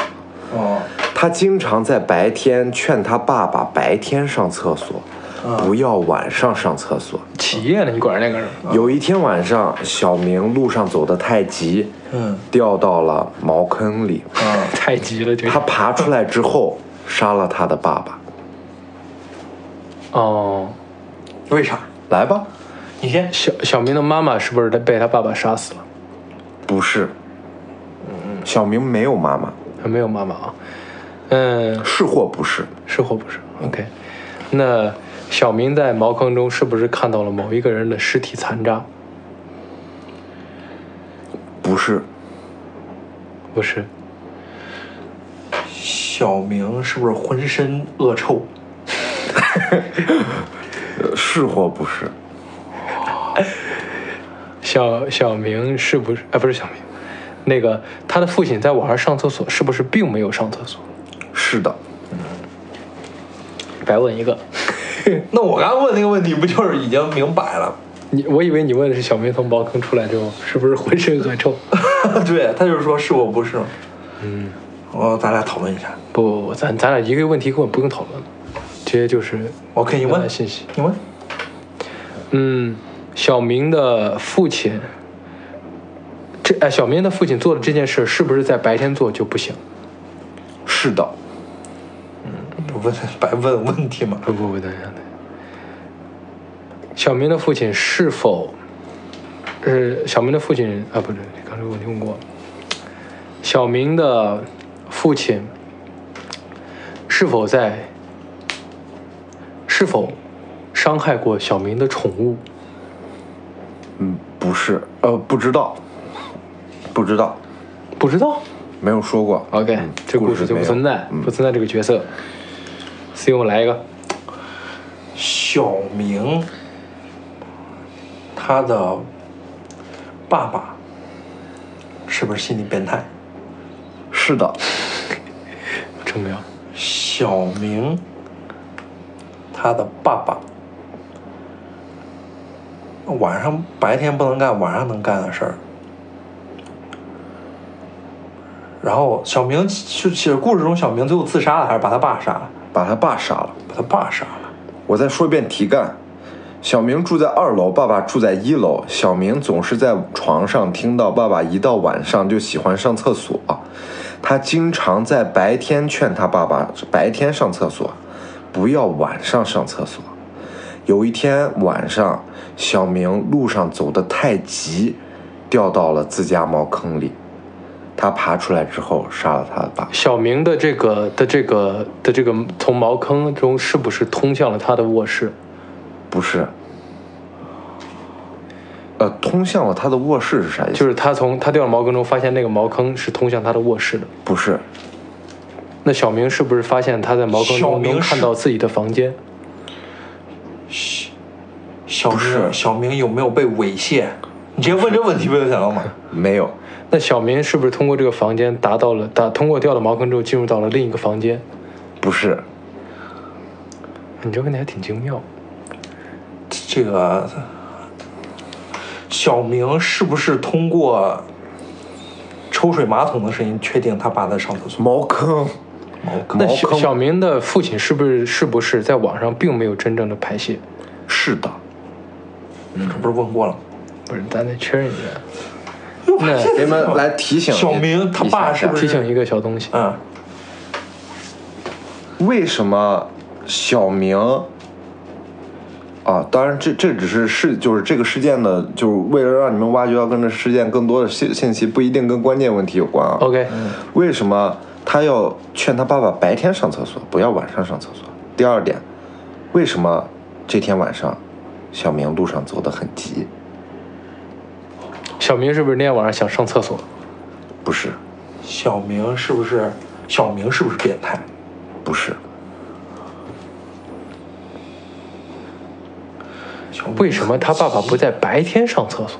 Speaker 5: 嗯
Speaker 4: 他经常在白天劝他爸爸白天上厕所，
Speaker 5: 嗯
Speaker 4: 不要晚上上厕所。
Speaker 6: 企业呢？你管人那个人？
Speaker 4: 有一天晚上，小明路上走得太急，
Speaker 5: 嗯
Speaker 4: 掉到了茅坑里。
Speaker 5: 嗯，
Speaker 6: 太急了，这
Speaker 4: 他爬出来之后，杀了他的爸爸。
Speaker 6: 哦。
Speaker 5: 为啥？
Speaker 4: 来吧，
Speaker 5: 你先。
Speaker 6: 小小明的妈妈是不是被他爸爸杀死了？
Speaker 4: 不是，小明没有妈妈，
Speaker 6: 还没有妈妈啊？嗯，
Speaker 4: 是或不是？
Speaker 6: 是或不是？OK，那小明在茅坑中是不是看到了某一个人的尸体残渣？
Speaker 4: 不是，
Speaker 6: 不是，
Speaker 5: 小明是不是浑身恶臭？
Speaker 4: 呃是或不是？
Speaker 6: 小小明是不是？哎，不是小明，那个他的父亲在晚上上厕所，是不是并没有上厕所？
Speaker 4: 是的，
Speaker 6: 白问一个，
Speaker 5: 那我刚问那个问题不就是已经明摆了？
Speaker 6: 你我以为你问的是小明从茅坑出来之后是不是浑身恶臭？
Speaker 5: 对，他就是说是我不是。嗯，哦，咱俩讨论一下。
Speaker 6: 不不不，咱咱俩一个问题根本不用讨论了，直接就是
Speaker 5: 我可以
Speaker 6: 原来
Speaker 5: 问，
Speaker 6: 信息。
Speaker 5: 你问。
Speaker 6: 嗯，小明的父亲，这哎，小明的父亲做的这件事是不是在白天做就不行？
Speaker 4: 是的，
Speaker 5: 问白问问题嘛？
Speaker 6: 不不不，等一下，等一下。小明的父亲是否，呃，小明的父亲啊，不对，刚才我听过了。小明的父亲是否在，是否伤害过小明的宠物？
Speaker 4: 嗯，不是，呃，不知道，不知道，
Speaker 6: 不知道。
Speaker 4: 没有说过。
Speaker 6: OK，、
Speaker 4: 嗯
Speaker 6: 这故
Speaker 4: 故
Speaker 6: 事就不
Speaker 4: 没有
Speaker 6: 存在，
Speaker 4: 嗯
Speaker 6: 不存在这个角色。所以我们来一个，
Speaker 5: 小明，他的爸爸是不是心理变态？
Speaker 4: 是的，
Speaker 6: 成不了。
Speaker 5: 小明，他的爸爸晚上白天不能干，晚上能干的事儿。然后小明就其实故事中小明最后自杀了，还是把他爸杀了？
Speaker 4: 把他爸杀了。
Speaker 5: 把他爸杀了。
Speaker 4: 我再说一遍题干：小明住在二楼，爸爸住在一楼。小明总是在床上听到爸爸一到晚上就喜欢上厕所，他经常在白天劝他爸爸白天上厕所，不要晚上上厕所。有一天晚上，小明路上走得太急，掉到了自家茅坑里。他爬出来之后，杀了他的爸。
Speaker 6: 小明的这个的这个的这个从茅坑中是不是通向了他的卧室？
Speaker 4: 不是，呃，通向了他的卧室是啥意思？
Speaker 6: 就是他从他掉到茅坑中发现那个茅坑是通向他的卧室的。
Speaker 4: 不是，
Speaker 6: 那小明是不是发现他在茅坑
Speaker 5: 小
Speaker 6: 中
Speaker 5: 明
Speaker 6: 能
Speaker 5: 是
Speaker 6: 看到自己的房间？
Speaker 5: 小
Speaker 4: 不是
Speaker 5: 明，小明有没有被猥亵？你直接问这问题不就行 了吗？
Speaker 4: 没有，
Speaker 6: 那小明是不是通过这个房间达到了达通过掉到茅坑之后进入到了另一个房间？
Speaker 4: 不是，
Speaker 6: 你这问题还挺精妙。
Speaker 5: 这个小明是不是通过抽水马桶的声音确定他爸在上厕所？
Speaker 4: 茅坑，
Speaker 6: 那
Speaker 4: 茅
Speaker 6: 小
Speaker 4: 坑
Speaker 6: 小明的父亲是不是是不是在网上并没有真正的排泄？
Speaker 4: 是的，
Speaker 5: 这不是问过了吗？
Speaker 6: 不是，咱得确认一下。
Speaker 4: 你 们来提醒
Speaker 5: 小明他爸是不
Speaker 6: 提
Speaker 5: 是
Speaker 6: 醒一个小东西，
Speaker 5: 嗯，
Speaker 4: 为什么小明啊？当然这，这只是事，就是这个事件的，就是为了让你们挖掘到跟这事件更多的信信息，不一定跟关键问题有关啊。
Speaker 6: OK
Speaker 4: 为什么他要劝他爸爸白天上厕所，不要晚上上厕所？第二点，为什么这天晚上小明路上走得很急？
Speaker 6: 小明是不是那天晚上想上厕所？
Speaker 4: 不是，
Speaker 5: 小明是不是小明是不是变态？
Speaker 4: 不是，
Speaker 5: 小明
Speaker 6: 为什么他爸爸不在白天上厕所？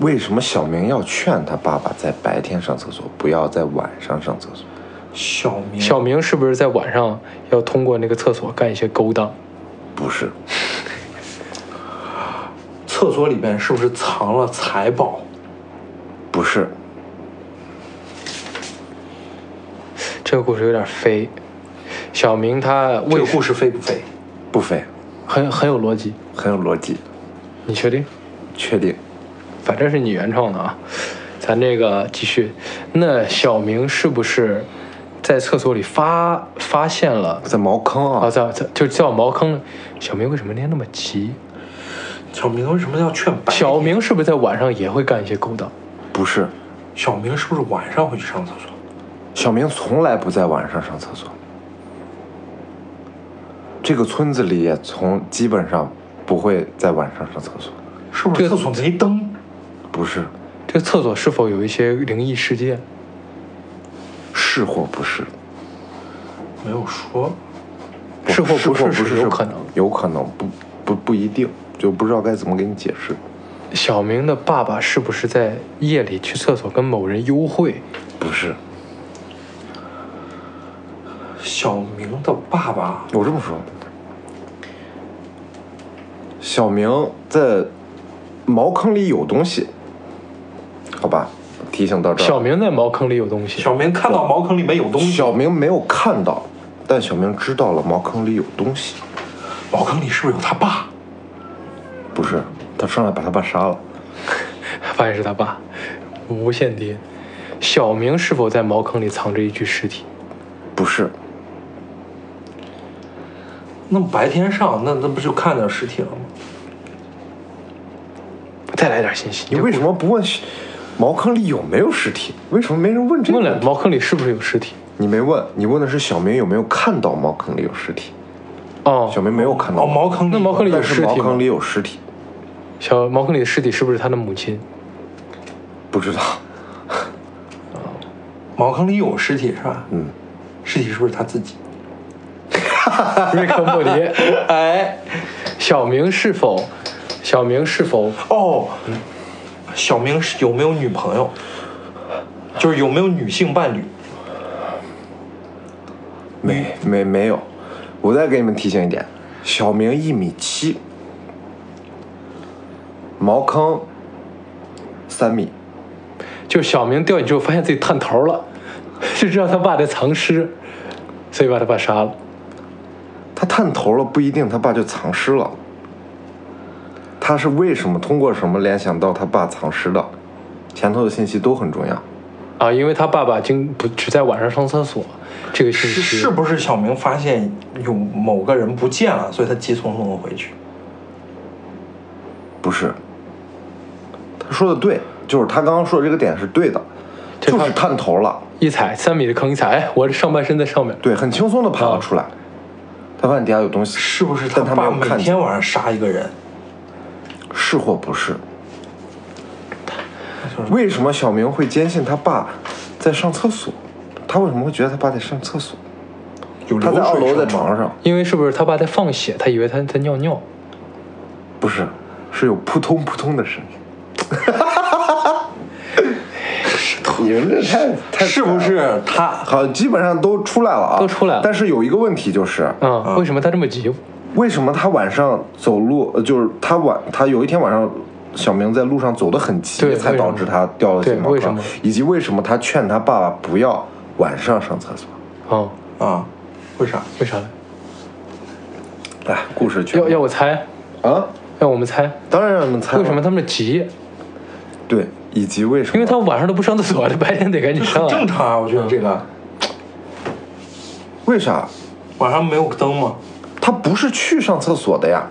Speaker 4: 为什么小明要劝他爸爸在白天上厕所，不要在晚上上厕所？
Speaker 5: 小明
Speaker 6: 小明是不是在晚上要通过那个厕所干一些勾当？
Speaker 4: 不是，
Speaker 5: 厕所里边是不是藏了财宝？
Speaker 4: 不是，
Speaker 6: 这个故事有点飞。小明他
Speaker 5: 这
Speaker 6: 为
Speaker 5: 个故事废不废？
Speaker 4: 不飞，
Speaker 6: 很很有逻辑，
Speaker 4: 很有逻辑，
Speaker 6: 你确定？
Speaker 4: 确定。
Speaker 6: 反正是你原创的啊。咱这个继续，那小明是不是在厕所里发发现了？
Speaker 4: 在茅坑
Speaker 6: 啊，
Speaker 4: 啊，
Speaker 6: 在在就叫茅坑。小明为什么那天那么急？
Speaker 5: 小明为什么要劝白？
Speaker 6: 小明是不是在晚上也会干一些勾当？
Speaker 4: 不是，
Speaker 5: 小明是不是晚上会去上厕所？
Speaker 4: 小明从来不在晚上上厕所。这个村子里也从基本上不会在晚上上厕所，
Speaker 5: 是不
Speaker 6: 这
Speaker 5: 是
Speaker 6: 个
Speaker 5: 厕所没灯？
Speaker 4: 不是，
Speaker 6: 这个厕所是否有一些灵异事件？
Speaker 4: 是或不是，
Speaker 5: 没有说。
Speaker 4: 不
Speaker 6: 是或不
Speaker 4: 是
Speaker 6: 是
Speaker 4: 不
Speaker 6: 是有可能。
Speaker 4: 有可能不不不一定，就不知道该怎么给你解释。
Speaker 6: 小明的爸爸是不是在夜里去厕所跟某人幽会？
Speaker 4: 不是，
Speaker 5: 小明的爸爸
Speaker 4: 我这么说，小明在茅坑里有东西，好吧，提醒到这儿。
Speaker 6: 小明在茅坑里有东西，
Speaker 5: 小明看到茅坑里面有东西，
Speaker 4: 小明没有看到，但小明知道了茅坑里有东西。
Speaker 5: 茅坑里是不是有他爸？
Speaker 4: 不是，他上来把他爸杀了。
Speaker 6: 发现是他爸，无限跌。小明是否在茅坑里藏着一具尸体？
Speaker 4: 不是，
Speaker 5: 那么白天上，那那不就看见尸体了吗？
Speaker 6: 再来点信息。
Speaker 4: 你为什么不问茅坑里有没有尸体？为什么没人问这个
Speaker 6: 问
Speaker 4: 问
Speaker 6: 了
Speaker 4: 题？
Speaker 6: 茅坑里是不是有尸体？
Speaker 4: 你没问，你问的是小明有没有看到茅坑里有尸体？
Speaker 6: 哦
Speaker 4: 小，明没有看到，
Speaker 5: 哦，茅坑里
Speaker 6: 那茅坑里有
Speaker 4: 但是
Speaker 6: 尸
Speaker 4: 哦茅
Speaker 6: 体
Speaker 4: 坑
Speaker 6: 吗
Speaker 4: 里？有尸体，
Speaker 6: 小茅坑里的尸体是不是他的母亲？
Speaker 4: 不知道。
Speaker 5: 茅坑里有尸体是吧？
Speaker 4: 嗯，
Speaker 5: 尸体是不是他自己？
Speaker 6: 瑞克莫迪。
Speaker 5: 哎，
Speaker 6: 小明是否？小明是否？
Speaker 5: 哦，小明是有没有女朋友？就是有没有女性伴侣？
Speaker 4: 没没没有，我再给你们提醒一点，小明一米七，茅坑三米，
Speaker 6: 就小明掉进之后发现自己探头了， 就知道他爸在藏尸，所以把他爸杀了。
Speaker 4: 他探头了不一定他爸就藏尸了，他是为什么通过什么联想到他爸藏尸的？前头的信息都很重要，
Speaker 6: 啊，因为他爸爸经不只在晚上上厕所，这个信
Speaker 5: 是
Speaker 6: 息
Speaker 5: 是不是小明发现有某个人不见了，所以他急匆匆的回去？
Speaker 4: 不是？他说的对，就是他刚刚说的这个点是对的，
Speaker 6: 这
Speaker 4: 就
Speaker 6: 他
Speaker 4: 是探头了，
Speaker 6: 一踩三米的坑一踩，哎，我这上半身在上面。
Speaker 4: 对，很轻松的爬了出来。他发现底下有东西，
Speaker 5: 啊是不是
Speaker 4: 但他没
Speaker 5: 爸
Speaker 4: 有
Speaker 5: 每
Speaker 4: 看见
Speaker 5: 天晚上杀一个人？
Speaker 4: 是或不是？为什么小明会坚信他爸在上厕所？他为什么会觉得他爸在上厕所？
Speaker 5: 有
Speaker 4: 他在二楼，在
Speaker 5: 床上吗。
Speaker 4: 床上，
Speaker 6: 因为是不是他爸在放血？他以为他在尿尿。
Speaker 4: 不是，是有扑通扑通的声音。 你们这太 太
Speaker 5: 是不是他
Speaker 4: 好，基本上都出来了啊，
Speaker 6: 都出来了
Speaker 4: 但是有一个问题就是，
Speaker 6: 啊、为什么他这么急？
Speaker 4: 为什么他晚上走路，呃就是他晚他有一天晚上小明在路上走得很急，
Speaker 6: 对
Speaker 4: 才
Speaker 6: 为什么
Speaker 4: 导致他掉了
Speaker 6: 对
Speaker 4: 睫毛
Speaker 6: 为
Speaker 4: 膏
Speaker 6: 什么，
Speaker 4: 以及为什么他劝他爸爸不要晚上上厕所。
Speaker 6: 嗯，
Speaker 5: 啊，为啥？
Speaker 6: 为啥嘞？
Speaker 4: 来，哎故事全
Speaker 6: 要要我猜，
Speaker 4: 啊，
Speaker 6: 要我们猜，
Speaker 4: 当然让你们猜了
Speaker 6: 为什么他们急？
Speaker 4: 对，以及为什么
Speaker 6: 因为他晚上都不上厕所，他白天得赶紧上来
Speaker 5: 正。常啊，我觉得这
Speaker 4: 嗯
Speaker 5: 个
Speaker 4: 为啥
Speaker 5: 晚上没有灯嘛，
Speaker 4: 他不是去上厕所的呀，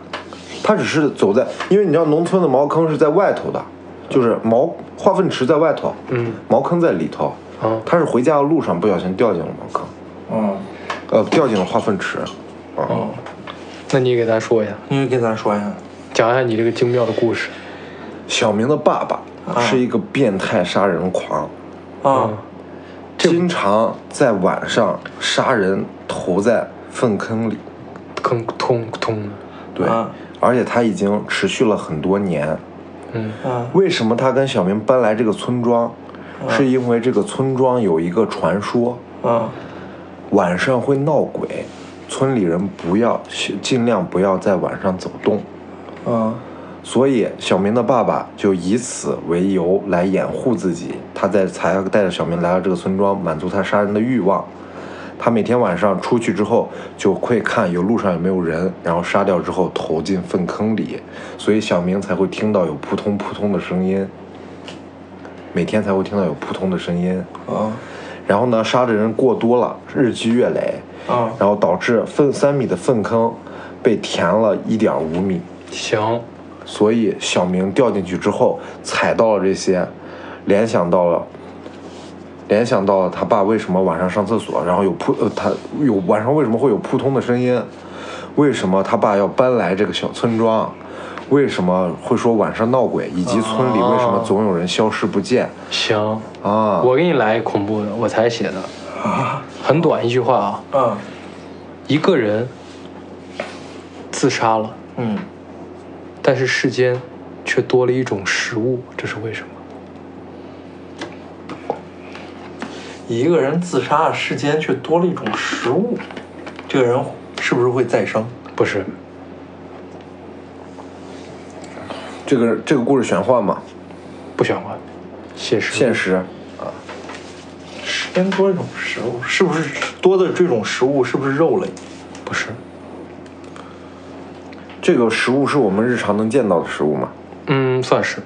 Speaker 4: 他只是走在，因为你知道农村的茅坑是在外头的，就是茅化粪池在外头，
Speaker 6: 嗯，
Speaker 4: 茅坑在里头，
Speaker 6: 嗯
Speaker 4: 他是回家的路上不小心掉进了茅坑，
Speaker 5: 嗯，
Speaker 4: 呃，掉进了化粪池，啊，
Speaker 6: 那你给咱说一下，
Speaker 5: 你给咱说一下，
Speaker 6: 讲一下你这个精妙的故事。
Speaker 4: 小明的爸爸是一个变态杀人狂，嗯
Speaker 5: 啊，
Speaker 4: 经常在晚上杀人投在粪坑里，
Speaker 6: 坑通通的，
Speaker 4: 对，
Speaker 5: 啊
Speaker 4: 而且他已经持续了很多年，
Speaker 6: 嗯
Speaker 5: 嗯，
Speaker 4: 为什么他跟小明搬来这个村庄，是因为这个村庄有一个传说，
Speaker 5: 嗯，
Speaker 4: 晚上会闹鬼，村里人不要尽量不要在晚上走动。
Speaker 5: 嗯，
Speaker 4: 所以，小明的爸爸就以此为由来掩护自己，他在才带着小明来到这个村庄，满足他杀人的欲望。他每天晚上出去之后，就会看有路上有没有人，然后杀掉之后投进粪坑里，所以小明才会听到有扑通扑通的声音，每天才会听到有扑通的声音。
Speaker 5: 嗯，
Speaker 4: 然后呢，杀的人过多了，日积月累，
Speaker 5: 啊
Speaker 4: 然后导致粪三米的粪坑被填了一点五米，
Speaker 6: 行，
Speaker 4: 所以小明掉进去之后踩到了这些，联想到了，联想到了他爸为什么晚上上厕所，然后有扑呃他有晚上为什么会有扑通的声音，为什么他爸要搬来这个小村庄，为什么会说晚上闹鬼，以及村里为什么总有人消失不见
Speaker 6: 行，
Speaker 4: 啊？
Speaker 6: 我给你来恐怖的，我才写的，很短一句话啊，
Speaker 5: 嗯，
Speaker 6: 一个人自杀了，
Speaker 5: 嗯，
Speaker 6: 但是世间却多了一种食物，这是为什么？
Speaker 5: 一个人自杀的世间却多了一种食物，这个人是不是会再生？
Speaker 6: 不是，
Speaker 4: 这个这个故事玄幻嘛，
Speaker 6: 不玄幻，写实。
Speaker 4: 现实。
Speaker 5: 世间多了一种食物，是不是多的这种食物是不是肉类？
Speaker 6: 不是，
Speaker 4: 这个食物是我们日常能见到的食物吗？
Speaker 6: 嗯，算是，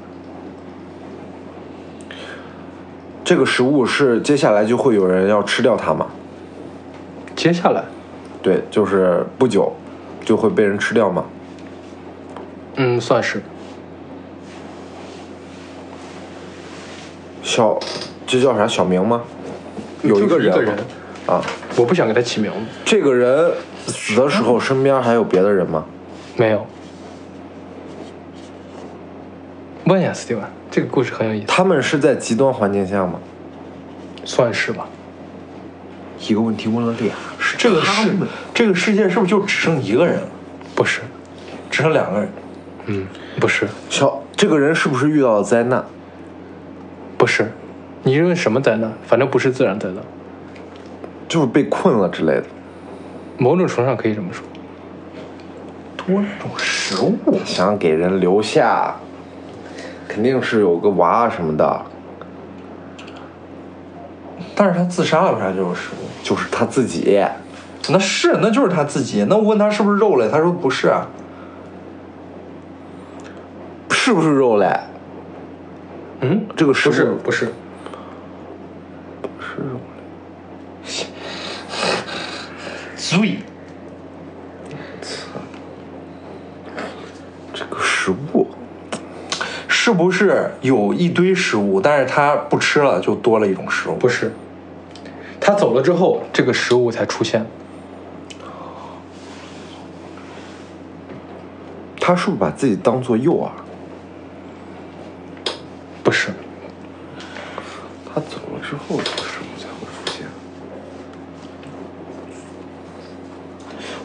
Speaker 4: 这个食物是接下来就会有人要吃掉它吗？
Speaker 6: 接下来，
Speaker 4: 对，就是不久就会被人吃掉吗？
Speaker 6: 嗯，算是，
Speaker 4: 小，这叫啥？小明吗？有一个
Speaker 6: 就是
Speaker 4: 人
Speaker 6: 一
Speaker 4: 吗，
Speaker 6: 个人
Speaker 4: 啊，
Speaker 6: 我不想给他起名字，
Speaker 4: 这个人死的时候身边还有别的人吗？
Speaker 6: 没有。问呀，斯蒂文，这个故事很有意思，
Speaker 4: 他们是在极端环境下吗？
Speaker 6: 算是吧？
Speaker 4: 一个问题问了俩，
Speaker 5: 是这个世这个世界是不是就只剩一个人了？
Speaker 6: 不是，
Speaker 5: 只剩两个人？
Speaker 6: 嗯，不是，
Speaker 4: 小这个人是不是遇到了灾难？
Speaker 6: 不是，你认为什么灾难？反正不是自然灾难，
Speaker 4: 就是被困了之类的。
Speaker 6: 某种程度上可以这么说。
Speaker 5: 多了一种食物，
Speaker 4: 想给人留下，肯定是有个娃啊什么的，
Speaker 5: 但是他自杀了，为啥就是食物？
Speaker 4: 就是他自己。
Speaker 5: 那是，那就是他自己。那我问他是不是肉类，他说不是啊。
Speaker 4: 是不是肉类？
Speaker 6: 嗯，
Speaker 4: 这个食物
Speaker 6: 不是，
Speaker 5: 罪，
Speaker 4: 这个食物，
Speaker 5: 是不是有一堆食物，但是他不吃了，就多了一种食物？
Speaker 6: 不是，他走了之后，这个食物才出现。
Speaker 4: 他是不是把自己当做诱饵？
Speaker 6: 不是，
Speaker 4: 他走了之后，这个食物才会出现。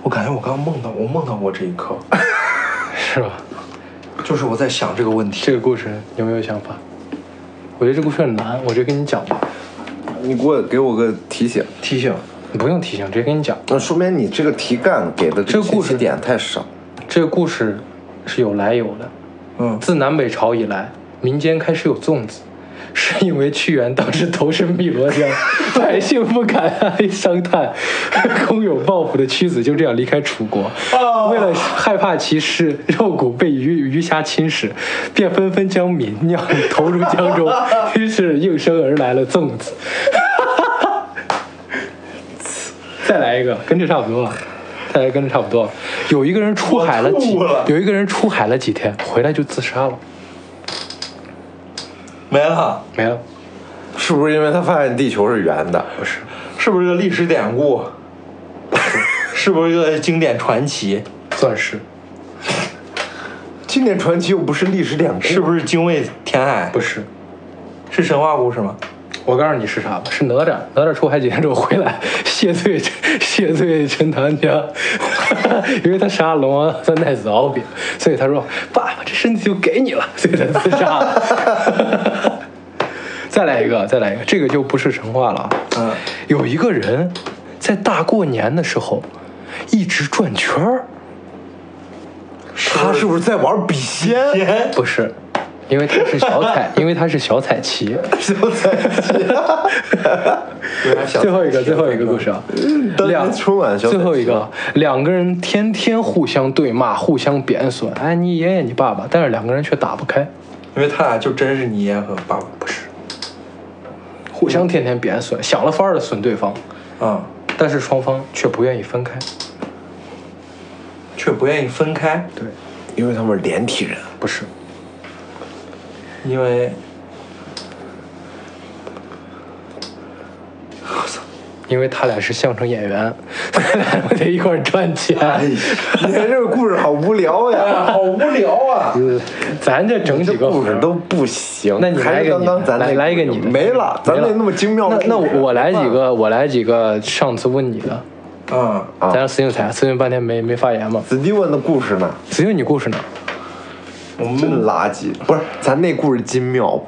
Speaker 5: 我感觉我刚梦到，我梦到过这一刻，
Speaker 6: 是吧？
Speaker 5: 就是我在想这个问题。
Speaker 6: 这个故事有没有想法？我觉得这故事很难，我直接跟你讲吧，
Speaker 4: 你给我给我个提醒，
Speaker 5: 提醒，
Speaker 6: 你不用提醒，直接跟你讲。
Speaker 4: 那说明你这个题干给的
Speaker 6: 这个
Speaker 4: 信
Speaker 6: 故事
Speaker 4: 息点太少。
Speaker 6: 这个故事是有来由的，
Speaker 5: 嗯
Speaker 6: 自南北朝以来，民间开始有粽子，是因为屈原当时投身汨罗江，百姓不敢哀伤叹，公有抱朴的屈子就这样离开楚国。为了害怕其尸肉骨被鱼鱼虾侵蚀，便纷纷将民酿投入江中，于是应声而来了粽子。再来一个，跟这差不多。再来跟这差不多。有一个人出海了几，有一个人出海了几天，回来就自杀了，
Speaker 5: 没了，
Speaker 6: 没了。
Speaker 4: 是不是因为他发现地球是圆的？不是，
Speaker 5: 是不是个历史典故？ 是不是个经典传奇？
Speaker 6: 钻石
Speaker 4: 经典传奇又不是历史典故，
Speaker 5: 是不是精卫填海？
Speaker 6: 不是。
Speaker 5: 是神话故事吗？
Speaker 6: 我告诉你是啥吧，是哪吒。哪吒出海几天之后回来， 谢罪谢罪陈塘江， 因为他杀了龙王三太子敖丙，所以他说：“爸爸，这身体就给你了。” 所以他自杀了。 再来一个，再来一个，这个就不是神话了啊。
Speaker 5: 嗯，
Speaker 6: 有一个人在大过年的时候一直转圈儿，
Speaker 4: 他是不是在玩笔仙？
Speaker 6: 不是，因为他是小彩，因为他是小彩旗。
Speaker 4: 小彩旗，
Speaker 6: 最后一个，最后一个故事啊，
Speaker 4: 当
Speaker 6: 两
Speaker 4: 年春晚小
Speaker 6: 最后
Speaker 4: 彩
Speaker 6: 一个，两个人天天互相对骂，互相贬损，哎，你爷爷，你爸爸，但是两个人却打不开，
Speaker 5: 因为他俩就真是你爷和爸爸，不是？
Speaker 6: 互相天天贬损，想了法儿的损对方，
Speaker 5: 啊、
Speaker 6: 但是双方却不愿意分开。
Speaker 5: 却不愿意分开，
Speaker 6: 对，
Speaker 4: 因为他们是连 体人。
Speaker 6: 不是，
Speaker 5: 因为
Speaker 6: 因为他俩是相声演员， 他俩得一块儿赚钱。
Speaker 4: 哎你看这个故事好无 聊呀，好无聊啊！
Speaker 6: 咱这整
Speaker 4: 这
Speaker 6: 几个
Speaker 4: 故事
Speaker 6: 活儿
Speaker 4: 都不行，
Speaker 6: 那你
Speaker 4: 还
Speaker 6: 来一
Speaker 4: 是
Speaker 6: 个
Speaker 4: 刚
Speaker 6: 你
Speaker 4: 刚
Speaker 6: 的，
Speaker 4: 咱
Speaker 6: 来
Speaker 4: 那
Speaker 6: 来一个
Speaker 4: 故
Speaker 6: 你
Speaker 4: 事
Speaker 6: 的，
Speaker 4: 没了，咱
Speaker 6: 没
Speaker 4: 那那么精妙
Speaker 6: 那
Speaker 4: 的
Speaker 6: 那
Speaker 4: 故事
Speaker 6: 我来几个，我来几个上次问你的，
Speaker 5: 啊、
Speaker 4: 啊
Speaker 6: 咱让司令才，司令半天没没发言嘛。
Speaker 4: Steven 的故事呢？
Speaker 6: 司令，你故事呢？
Speaker 4: 真垃圾！不是，咱那故事精妙不？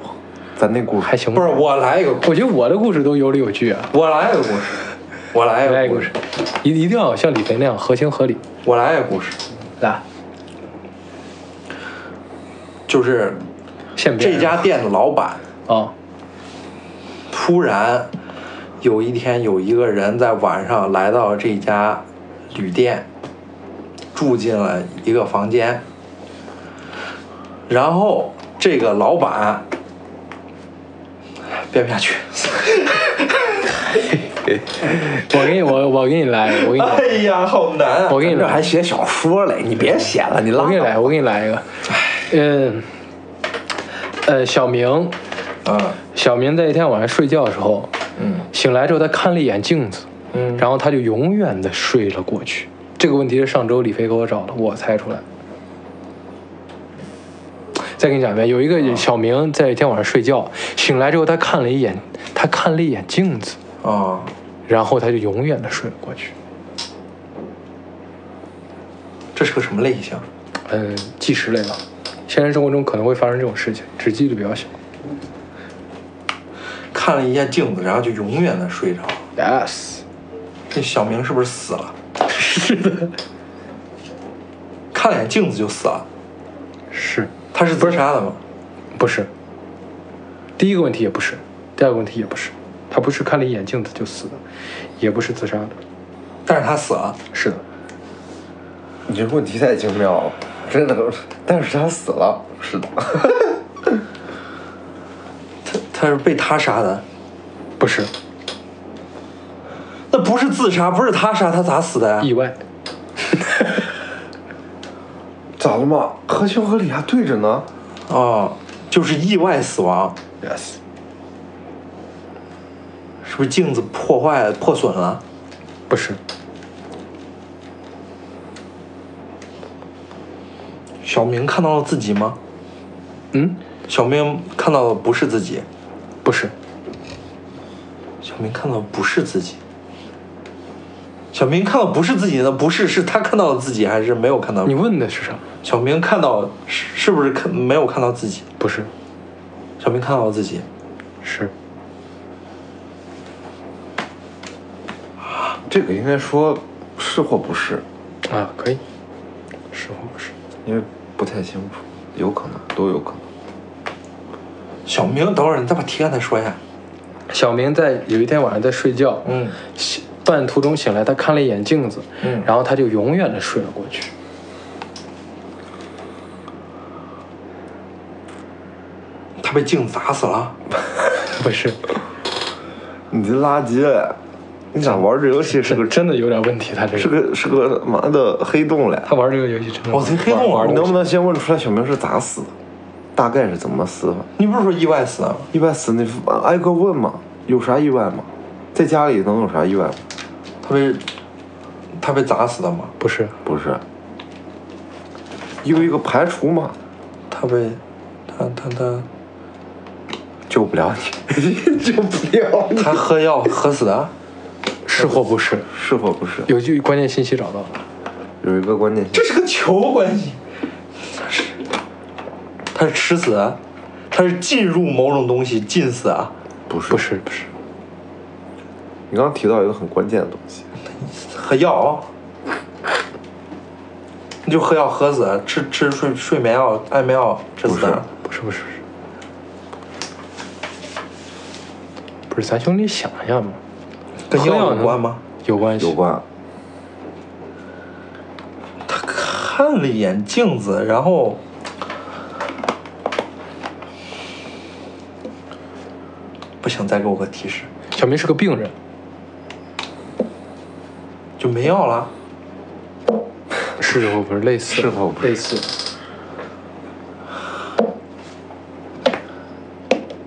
Speaker 4: 咱那故事
Speaker 6: 还行吧
Speaker 5: 不是我来一个，
Speaker 6: 我觉得我的故事都有理有据啊。
Speaker 5: 我来一个故事，我来一
Speaker 6: 来
Speaker 5: 个
Speaker 6: 一个
Speaker 5: 故
Speaker 6: 故
Speaker 5: 事
Speaker 6: 事，，一一定要像李飞那样合情合理。
Speaker 5: 我来一个故事，
Speaker 6: 来，
Speaker 5: 就是
Speaker 6: 现编
Speaker 5: 这家店的老板
Speaker 6: 啊，
Speaker 5: 突然有一天有一个人在晚上来到这家旅店，住进了一个房间，然后这个老板编不下去。
Speaker 6: 我给你，我我给你来，我 给你来，
Speaker 4: 哎
Speaker 5: 呀，好难啊
Speaker 6: 我给你
Speaker 4: 这
Speaker 6: 来
Speaker 4: 还，写小说嘞？你别写了，你
Speaker 6: 我
Speaker 4: 拉
Speaker 6: 给你
Speaker 4: 倒。
Speaker 6: 来，我给你来一个。嗯，呃，小明，
Speaker 5: 嗯
Speaker 6: 小明在一天晚上睡觉的时候，
Speaker 5: 嗯，
Speaker 6: 醒来之后他看了一眼镜子，
Speaker 5: 嗯
Speaker 6: 然后他就永远的睡了过去。这个问题是上周李飞给我找的，我猜出来的。再给你讲一遍，有一个小明在一天晚上睡觉，醒来之后他看了一眼，他看了一眼镜子，
Speaker 5: 啊，
Speaker 6: 然后他就永远的睡了过去。
Speaker 5: 这是个什么类型？
Speaker 6: 嗯，纪实类吧，现实生活中可能会发生这种事情，只记得比较小。
Speaker 5: 看了一下镜子，然后就永远的睡着。
Speaker 6: Yes，
Speaker 5: 这小明是不是死 了？是的。看了眼镜子就死了，
Speaker 6: 是
Speaker 5: 他是自杀的吗？
Speaker 6: 不是？第一个问题也不是，第二个问题也不是，他不是看了一眼镜子就死的，也不是自杀的，
Speaker 5: 但是他死了，
Speaker 6: 是的。
Speaker 4: 你这问题太精妙了，真的。但是他死了，是的。
Speaker 5: 他他是被他杀的，
Speaker 6: 不是
Speaker 5: 那不是自杀，不是他杀，他咋死的呀、
Speaker 6: 意外，
Speaker 4: 咋了嘛？合情合理还对着呢。
Speaker 5: 哦，就是意外死亡，
Speaker 6: ，yes，
Speaker 5: 是不是镜子破坏了、破损了？
Speaker 6: 不是，
Speaker 5: 小明看到了自己吗？
Speaker 6: 嗯，
Speaker 5: 小明看到的不是自己，
Speaker 6: 不是，
Speaker 5: 小明看到的不是自己。小明看到不是自己的，不是是他看到了自己，还是没有看到？
Speaker 6: 你问的是啥？
Speaker 5: 小明看到是是不是看没有看到自己？
Speaker 6: 不是，
Speaker 5: 小明看到了自己，
Speaker 6: 是
Speaker 4: 这个应该说是或不是，
Speaker 6: 啊，可以，是或不是？
Speaker 4: 因为不太清楚。有可能，都有可能。
Speaker 5: 小明，等会儿你再把提案再说一下。
Speaker 6: 小明在有一天晚上在睡觉，
Speaker 5: 嗯
Speaker 6: 醒，半途中醒来，他看了一眼镜子，
Speaker 5: 嗯
Speaker 6: 然后他就永远的睡了过去。
Speaker 5: 他被镜子砸死了。
Speaker 6: 不是，
Speaker 4: 你这垃圾，你咋玩这游戏是 个
Speaker 6: 真的有点问题，他这
Speaker 4: 是
Speaker 6: 个
Speaker 4: 个是个妈的黑洞嘞？
Speaker 6: 他玩这个游戏真的
Speaker 5: 我哦贼黑洞玩
Speaker 4: 你
Speaker 5: 的
Speaker 4: 能，不能先问出来小明是咋死的？大概是怎么死法？
Speaker 5: 你不是说意外死啊？
Speaker 4: 意外死那挨个问嘛，有啥意外吗？在家里能有啥意外吗？
Speaker 5: 他被他被砸死的吗？
Speaker 6: 不是，
Speaker 4: 不是，一个一个排除嘛，
Speaker 5: 他被他他他
Speaker 4: 救不了你，救不了你，
Speaker 5: 他喝药喝死的？
Speaker 6: 是或不是，
Speaker 4: 是否不是？
Speaker 6: 有句关键信息找到了，
Speaker 4: 有一个关键性，
Speaker 5: 这是个球关系。他是吃死的，他是进入某种东西进死啊？
Speaker 4: 不是
Speaker 6: 不，是不是，
Speaker 4: 你刚刚提到一个很关键的东西，
Speaker 5: 喝药，啊你就喝药喝死的，吃吃睡睡眠药安眠药致死的。
Speaker 6: 不是不是不是，不是，咱兄弟想一下嘛，
Speaker 5: 跟
Speaker 6: 喝药
Speaker 5: 药
Speaker 6: 呢
Speaker 5: 有关吗？
Speaker 6: 有关系，
Speaker 4: 有关。
Speaker 5: 他看了一眼镜子，然后不行，再给我个提示，
Speaker 6: 小明是个病人，
Speaker 5: 就没药了。
Speaker 6: 是或不是类似，
Speaker 4: 是或不是
Speaker 6: 类似，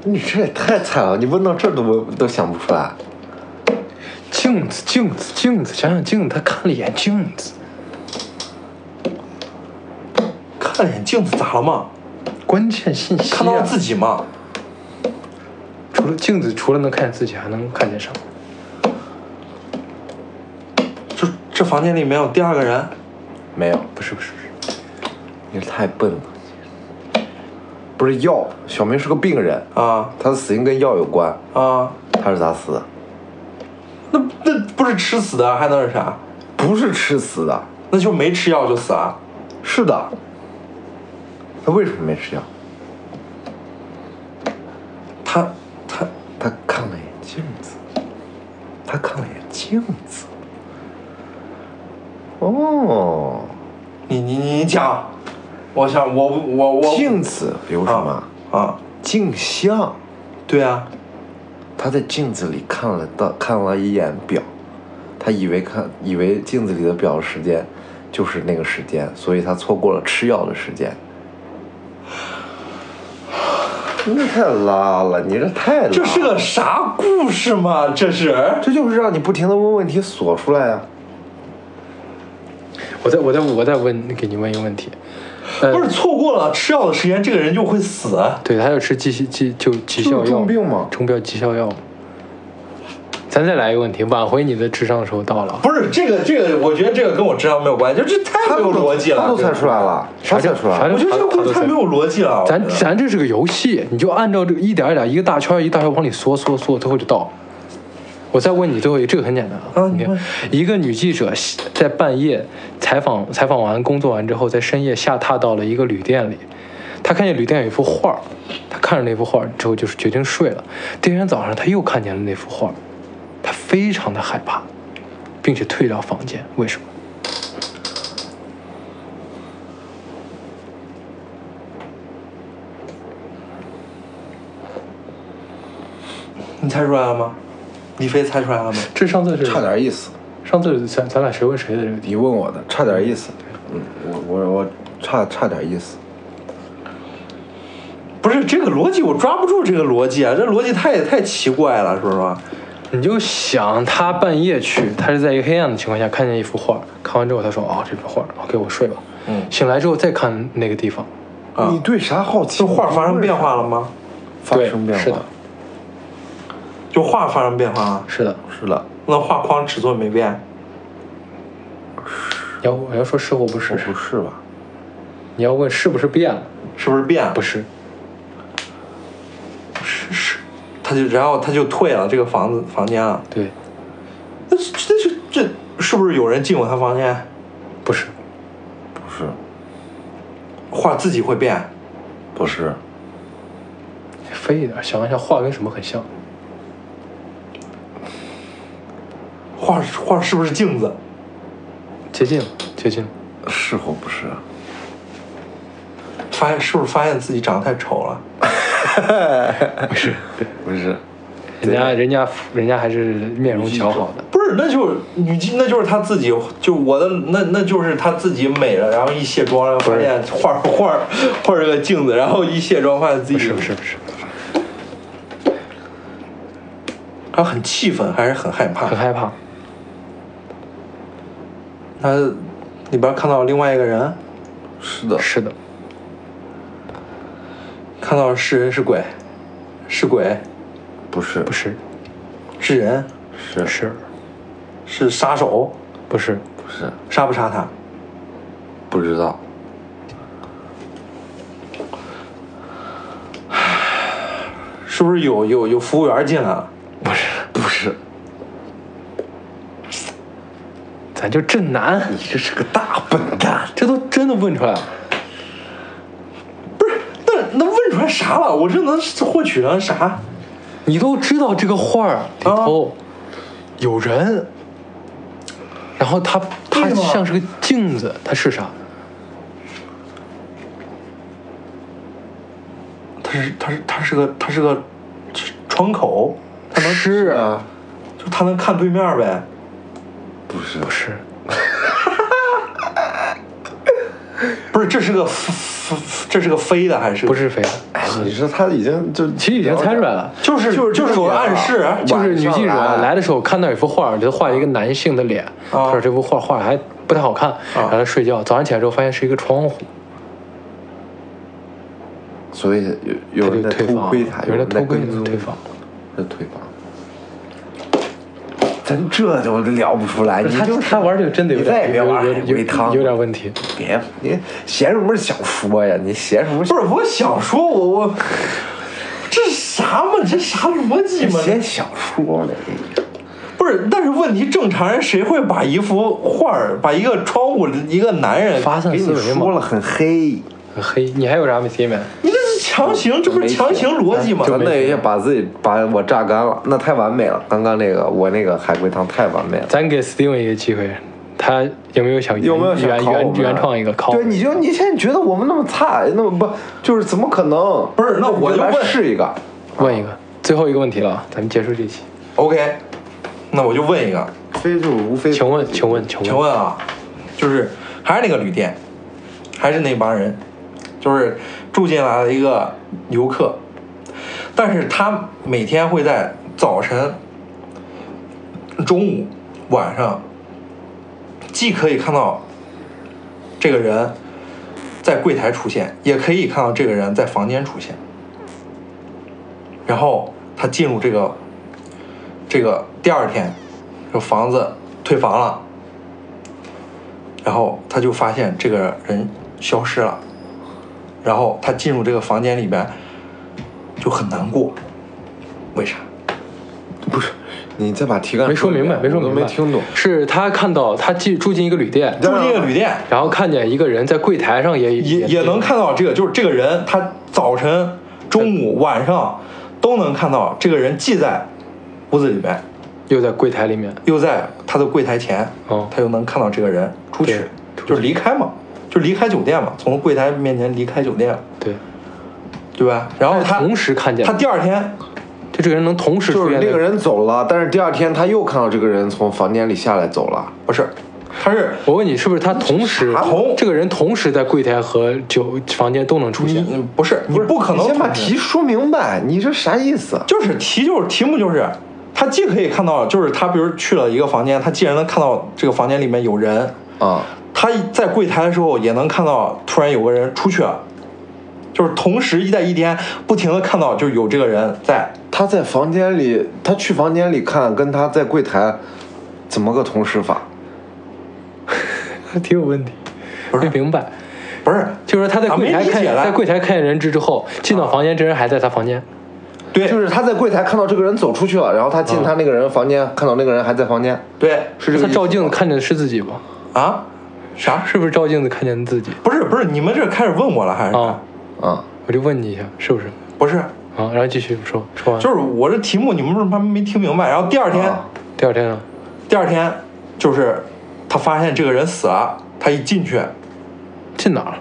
Speaker 4: 你这也太菜了！你问到这儿都问都想不出来，
Speaker 6: 镜子镜子镜子，想想镜子，他看了一眼镜子，
Speaker 5: 看了一眼镜子咋了嘛？
Speaker 6: 关键信息、啊，
Speaker 5: 看到了自己嘛？
Speaker 6: 除了镜子，除了能看见自己，还能看见什么？
Speaker 5: 就这房间里没有第二个人，
Speaker 4: 没有，
Speaker 6: 不是不是不是，
Speaker 4: 你太笨了。不是药，小明是个病人，
Speaker 5: 啊
Speaker 4: 他的死因跟药有关，
Speaker 5: 啊，
Speaker 4: 他是咋死的？
Speaker 5: 那那不是吃死的，还能是啥？
Speaker 4: 不是吃死的，
Speaker 5: 那就没吃药就死啊？
Speaker 4: 是的。他为什么没吃药？
Speaker 5: 他他
Speaker 4: 他看了眼镜子，他看了眼镜子。哦，
Speaker 5: 你你你讲，我想我我我
Speaker 4: 镜子有什么
Speaker 5: 啊？啊，
Speaker 4: 镜像，
Speaker 5: 对啊，
Speaker 4: 他在镜子里看了到看了一眼表，他以为看以为镜子里的表时间就是那个时间，所以他错过了吃药的时间。你这太拉了，你这太拉了。
Speaker 5: 这是个啥故事嘛？这是。
Speaker 4: 这就是让你不停的问问题锁出来啊！
Speaker 6: 我再我再我再问，给你问一个问题，呃，
Speaker 5: 不是错过了吃药的时间，这个人就会死。
Speaker 6: 对，他要吃急急就急效药，
Speaker 4: 就是重病嘛
Speaker 6: 中标急效药。咱再来一个问题，挽回你的智商的时候到了。
Speaker 5: 不是这个，这个，我觉得这个跟我智商没有关系，就这太
Speaker 4: 他
Speaker 5: 没有
Speaker 4: 都
Speaker 5: 逻辑了。
Speaker 4: 他都猜出来了，他猜出来
Speaker 6: 啥
Speaker 4: 了
Speaker 6: 叫
Speaker 5: 我觉得这个故事太没有逻辑了。
Speaker 6: 咱
Speaker 5: 我觉得
Speaker 6: 咱这是个游戏，你就按照这个一点一点，一个大圈儿一大圈儿往里缩缩缩，最后就到。我再问你最后一个，这个很简单
Speaker 5: 啊
Speaker 6: 你
Speaker 5: 你问
Speaker 6: 一个女记者在半夜采访采访完工作完之后，在深夜下榻到了一个旅店里，她看见旅店有一幅画儿，她看着那幅画儿之后就是决定睡了。第二天早上，她又看见了那幅画儿，她非常的害怕，并且退到房间。为什么？
Speaker 5: 你猜出来了吗？李飞猜出来了吗？
Speaker 6: 这上次是
Speaker 4: 差点意思。
Speaker 6: 上次咱咱俩谁问谁的这个
Speaker 4: 你问我的，差点意思。嗯，我我我差差点意思。
Speaker 5: 不是这个逻辑，我抓不住这个逻辑啊！这逻辑太太奇怪了，说实话。
Speaker 6: 你就想他半夜去，他是在一个黑暗的情况下看见一幅画，看完之后他说：“哦，这幅画，OK，我睡吧。”
Speaker 5: 嗯
Speaker 6: 醒来之后再看那个地方，
Speaker 5: 啊
Speaker 4: 你对啥好奇？
Speaker 5: 就画发生变化了吗？
Speaker 4: 发生变
Speaker 6: 对是的
Speaker 4: 化，
Speaker 5: 就画发生变化了，
Speaker 6: 是的，
Speaker 4: 是的，
Speaker 5: 那画框尺寸没变。
Speaker 6: 你要我要说是或不
Speaker 4: 我
Speaker 6: 是，
Speaker 4: 不是吧？
Speaker 6: 你要问是不是变了，
Speaker 5: 是不是变？
Speaker 6: 不是，
Speaker 5: 是是，他就然后他就退了这个房子房间了。
Speaker 6: 对，
Speaker 5: 那这这这是不是有人进过他房间？
Speaker 6: 不是，
Speaker 4: 不是，
Speaker 5: 画自己会变，
Speaker 4: 不是，
Speaker 6: 飞一点，想一想画跟什么很像？
Speaker 5: 画画是不是镜子？
Speaker 6: 接近了，接近了。
Speaker 4: 是或不是？啊
Speaker 5: 发现是不是发现自己长得太丑了？
Speaker 4: 不是，
Speaker 6: 人家人家人家还是面容姣好的，
Speaker 5: 不是，那就是女基，那就是她自己，就我的那那就是她自己美了，然后一卸妆，然后发现画画画是个镜子，然后一卸妆发现自己
Speaker 6: 不是不是不是，
Speaker 5: 然后很气愤，还是很害怕
Speaker 6: 很。害怕。
Speaker 5: 她里边看到另外一个人，
Speaker 4: 是的，
Speaker 6: 是的，
Speaker 5: 看到是人是鬼，是鬼
Speaker 4: 不是
Speaker 6: 不，是
Speaker 5: 是人
Speaker 4: 是
Speaker 6: 是
Speaker 5: 是杀手，
Speaker 6: 不是
Speaker 4: 不是？
Speaker 5: 杀不杀他？
Speaker 4: 不知道，
Speaker 5: 是不是有有有服务员进来了？
Speaker 6: 不是，
Speaker 4: 不是，
Speaker 6: 咱就正南，
Speaker 4: 你这是个大笨蛋。
Speaker 6: 这都真的问出来了。
Speaker 5: 那那问出来啥了？我这能获取了啥？
Speaker 6: 你都知道这个画儿里
Speaker 4: 啊
Speaker 6: 头有人，然后它它
Speaker 5: 对吗
Speaker 6: 像是个镜子，它是啥？
Speaker 5: 他是他是他是个他是个窗口，
Speaker 6: 它能是
Speaker 4: 啊，
Speaker 5: 就他能看对面呗。
Speaker 4: 不是，
Speaker 6: 不是？
Speaker 5: 不是，这是个飞飞飞这是个飞的还是
Speaker 6: 不？是飞的，
Speaker 4: 哎，你说他已经就
Speaker 6: 其实已经猜出来了。
Speaker 5: 就是
Speaker 4: 就是
Speaker 5: 就是
Speaker 4: 这啊
Speaker 5: 有
Speaker 4: 个
Speaker 5: 暗示，啊
Speaker 4: 晚
Speaker 6: 就是女记者
Speaker 4: 上来啊
Speaker 6: 来的时候看到有幅画，觉得画了一个男性的脸，她说这幅画画还不太好看，然后她睡觉，早上起来之后发现是一个窗户，
Speaker 4: 所以有
Speaker 6: 她
Speaker 4: 有人
Speaker 6: 就
Speaker 4: 在
Speaker 6: 推
Speaker 4: 偷
Speaker 6: 房，
Speaker 4: 窥他，
Speaker 6: 有人在偷
Speaker 4: 跟
Speaker 6: 窥她
Speaker 4: 踪
Speaker 6: 推房，
Speaker 4: 在推房。咱这都聊不出来，你
Speaker 6: 她
Speaker 4: 就是
Speaker 6: 她玩这个真的有
Speaker 4: 你再
Speaker 6: 点
Speaker 4: 也别
Speaker 6: 有
Speaker 4: 玩海
Speaker 6: 有
Speaker 4: 龟汤
Speaker 6: 有
Speaker 4: 了，
Speaker 6: 有点问题，
Speaker 4: 别你闲什么想说呀？你闲什么
Speaker 5: 不是，我想说，我我这是啥嘛？这啥逻辑嘛？
Speaker 4: 闲想说嘞？
Speaker 5: 不是，但是问题，正常人谁会把一幅画儿，把一个窗户，一个男人，
Speaker 6: 发散
Speaker 4: 给
Speaker 6: 思
Speaker 4: 你
Speaker 6: 维
Speaker 4: 说
Speaker 6: 嘛，
Speaker 4: 了很黑，
Speaker 6: 很黑，你还有啥没提没？
Speaker 5: 你这是强
Speaker 4: 嗯
Speaker 5: 行，这不是强行逻辑吗？
Speaker 4: 哎咱那也把自己把我榨干了，那太完美了。刚刚那个我那个海龟汤太完美了。
Speaker 6: 咱给 Steven 一个机会，他有没有想原
Speaker 4: 有没有想
Speaker 6: 原
Speaker 4: 考我
Speaker 6: 原
Speaker 4: 们啊
Speaker 6: 原创一个考？
Speaker 4: 对，你就你现在觉得我们那么差，那么不就是怎么可能？
Speaker 5: 不是那我就
Speaker 4: 来
Speaker 5: 问
Speaker 4: 试一个，
Speaker 6: 问一个最后一个问题了啊，咱们结束这期，
Speaker 5: OK，那我就问一个，
Speaker 4: 非就无非
Speaker 6: 请问请问请
Speaker 5: 请
Speaker 6: 问
Speaker 5: 问啊，就是还是那个旅店，还是那帮人，就是住进来了一个游客，但是他每天会在早晨、中午、晚上，既可以看到这个人在柜台出现，也可以看到这个人在房间出现，然后他进入这个这个第二天，这房子退房了。然后他就发现这个人消失了，然后他进入这个房间里边就很难过，为啥？
Speaker 4: 不是，你再把题干
Speaker 6: 没说明白
Speaker 4: 一遍
Speaker 6: 没说
Speaker 4: 我
Speaker 6: 明
Speaker 4: 都
Speaker 6: 白，
Speaker 4: 没听懂。
Speaker 6: 是他看到他进住进一个旅店，
Speaker 5: 住进一个旅店
Speaker 6: 然后看见一个人在柜台上也
Speaker 5: 也也能看到这个，就是这个人他早晨、中午、晚上都能看到这个人既在屋子里边，
Speaker 6: 又在柜台里面，
Speaker 5: 又在他的柜台前，
Speaker 6: 哦
Speaker 5: 他又能看到这个人出去
Speaker 6: 对，
Speaker 5: 就是离开嘛，就离开酒店嘛，从柜台面前离开酒店，
Speaker 6: 对，
Speaker 5: 对吧？然后他
Speaker 6: 同时看见
Speaker 5: 他第二天
Speaker 6: 就这个人能同时
Speaker 4: 就
Speaker 6: 出
Speaker 4: 是
Speaker 6: 现
Speaker 4: 那
Speaker 6: 在
Speaker 4: 个人走了，但是第二天他又看到这个人从房间里下来走了。
Speaker 5: 不是，他是
Speaker 6: 我问你，是不是他同时
Speaker 5: 同
Speaker 6: 这个人同时在柜台和酒房间都能出现？
Speaker 5: 你不是，你不可能
Speaker 4: 你先把
Speaker 5: 同时
Speaker 4: 题说明白，你这啥意思？
Speaker 5: 就是题就是题目就是，他既可以看到，就是他比如去了一个房间，他既然能看到这个房间里面有人，
Speaker 4: 啊，
Speaker 5: 他在柜台的时候也能看到突然有个人出去了，就是同时一在一天不停的看到就有这个人在，
Speaker 4: 他在房间里，他去房间里看，跟他在柜台怎么个同时法？
Speaker 6: 挺有问题，
Speaker 5: 不是
Speaker 6: 没明白。
Speaker 5: 不是，
Speaker 6: 就是说他在
Speaker 5: 啊
Speaker 6: 柜台
Speaker 5: 没理
Speaker 6: 看
Speaker 5: 解
Speaker 6: 见，
Speaker 5: 了
Speaker 6: 在柜台看见人质之后，进到房间，这人还在他房间。
Speaker 5: 对，
Speaker 4: 就是他在柜台看到这个人走出去了，然后他进他那个人房间，看到那个人还在房间，
Speaker 5: 对
Speaker 4: 是这个
Speaker 6: 他
Speaker 4: 意思
Speaker 6: 照镜子看见的是自己吗？
Speaker 5: 啊，啥？
Speaker 6: 是不是照镜子看见自己？
Speaker 5: 不是不是，你们这开始问我了还是啥？
Speaker 6: 啊，
Speaker 4: 啊，
Speaker 6: 我就问你一下，是不是？
Speaker 5: 不是，
Speaker 6: 啊，然后继续说，说完
Speaker 5: 就是我这题目你们为什么还没听明白？然后第二天，
Speaker 4: 啊
Speaker 6: 第二天呢？
Speaker 5: 第二天就是他发现这个人死了，他一进去
Speaker 6: 进哪儿？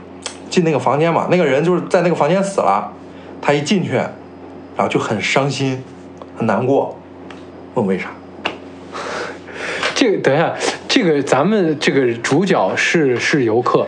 Speaker 5: 进那个房间嘛，那个人就是在那个房间死了，他一进去，然后就很伤心，很难过，问为啥？
Speaker 6: 这个等一下，这个咱们这个主角是是游客，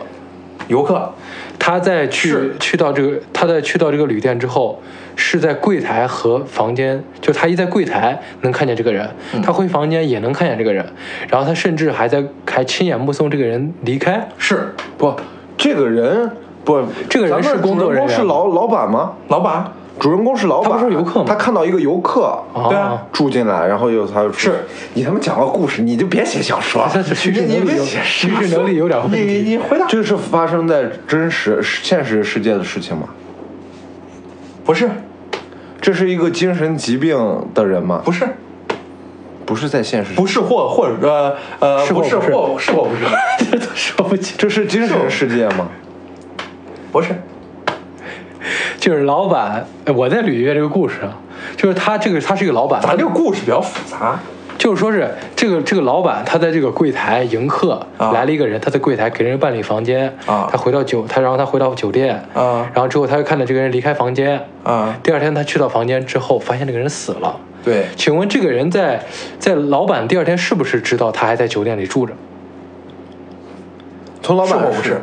Speaker 5: 游客
Speaker 6: 他在去
Speaker 5: 是
Speaker 6: 去到这个他在去到这个旅店之后，是在柜台和房间，就他一在柜台能看见这个人，
Speaker 5: 嗯
Speaker 6: 他回房间也能看见这个人，然后他甚至还在还亲眼目送这个人离开。
Speaker 5: 是
Speaker 4: 不，这个人不，
Speaker 6: 这个人
Speaker 4: 咱们
Speaker 6: 是工作人员
Speaker 4: 主是老老板吗？
Speaker 5: 老板，
Speaker 4: 主人公是老板，
Speaker 6: 他不是游客吗哦
Speaker 4: 他看到一个游客，
Speaker 5: 对啊
Speaker 4: 住进来，然后又他又出
Speaker 5: 是
Speaker 4: 你他妈讲个故事，你就别写小说了
Speaker 6: 哎他，是叙事
Speaker 4: 你
Speaker 6: 能力
Speaker 4: 别
Speaker 6: 有
Speaker 4: 写
Speaker 6: 叙事能力有点问
Speaker 5: 你
Speaker 6: 题。
Speaker 5: 你回答
Speaker 4: 这是发生在真实现实世界的事情吗？
Speaker 5: 不是
Speaker 4: 这是一个精神疾病的人吗？
Speaker 5: 不是
Speaker 4: 不是在现实，
Speaker 5: 不是或或者呃呃
Speaker 6: 是或
Speaker 5: 不是
Speaker 6: 不是
Speaker 5: 或是或不是
Speaker 6: 说不清，
Speaker 4: 这是精神世界吗？
Speaker 5: 不是
Speaker 6: 就是老板，呃我在捋一遍这个故事啊，就是他这个他是一个老板，
Speaker 5: 咱这个故事比较复杂，
Speaker 6: 就是说是这个这个老板，他在这个柜台迎客、
Speaker 5: 啊
Speaker 6: 来了一个人，他在柜台给人办理房间
Speaker 5: 啊
Speaker 6: 他回到酒，他然后他回到酒店
Speaker 5: 啊
Speaker 6: 然后之后他又看到这个人离开房间
Speaker 5: 啊
Speaker 6: 第二天他去到房间之后，发现这个人死了。
Speaker 5: 对
Speaker 6: 请问这个人在在老板第二天是不是知道他还在酒店里住着？
Speaker 4: 从老
Speaker 5: 是或
Speaker 4: 板
Speaker 5: 不是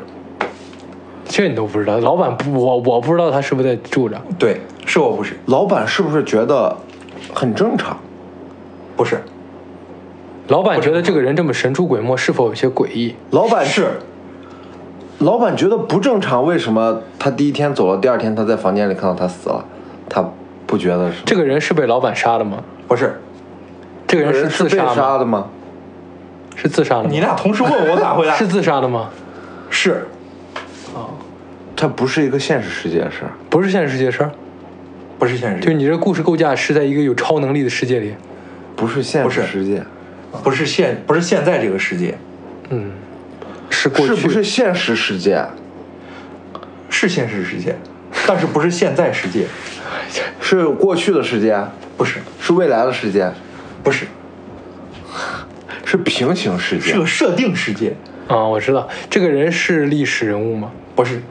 Speaker 6: 这你都不知道，老板不，我我不知道他是不是在住着。
Speaker 5: 对是或不是
Speaker 4: 老板是不是觉得很正常？
Speaker 5: 不是
Speaker 6: 老板觉得这个人这么神出鬼没，是否有些诡异？
Speaker 4: 老板
Speaker 5: 是
Speaker 4: 老板觉得不正常，为什么他第一天走了，第二天他在房间里看到他死了，他不觉得是？
Speaker 6: 这个人是被老板杀的吗？
Speaker 5: 不是
Speaker 6: 这个
Speaker 4: 这
Speaker 6: 人
Speaker 4: 个人是
Speaker 6: 自
Speaker 4: 被
Speaker 6: 杀吗？
Speaker 4: 杀的吗？
Speaker 6: 是自杀的吗？
Speaker 5: 你俩同时问我咋回答
Speaker 6: 是自杀的吗？
Speaker 5: 是
Speaker 4: 他不是一个现实世界的事儿，
Speaker 6: 不是现实世界事儿，
Speaker 5: 不是现实
Speaker 6: 就你这故事构架是在一个有超能力的世界里。
Speaker 4: 不是现
Speaker 5: 不是
Speaker 4: 实世界，
Speaker 5: 不是现不是现在这个世界
Speaker 6: 嗯，是过去
Speaker 4: 是不是现实世界？
Speaker 5: 是现实世界，但是不是现在世界
Speaker 4: 是过去的世界，
Speaker 5: 不是
Speaker 4: 是未来的世界，
Speaker 5: 不是
Speaker 4: 是平行世界
Speaker 5: 是。个设定世界
Speaker 6: 啊？我知道这个人是历史人物吗？
Speaker 5: 不是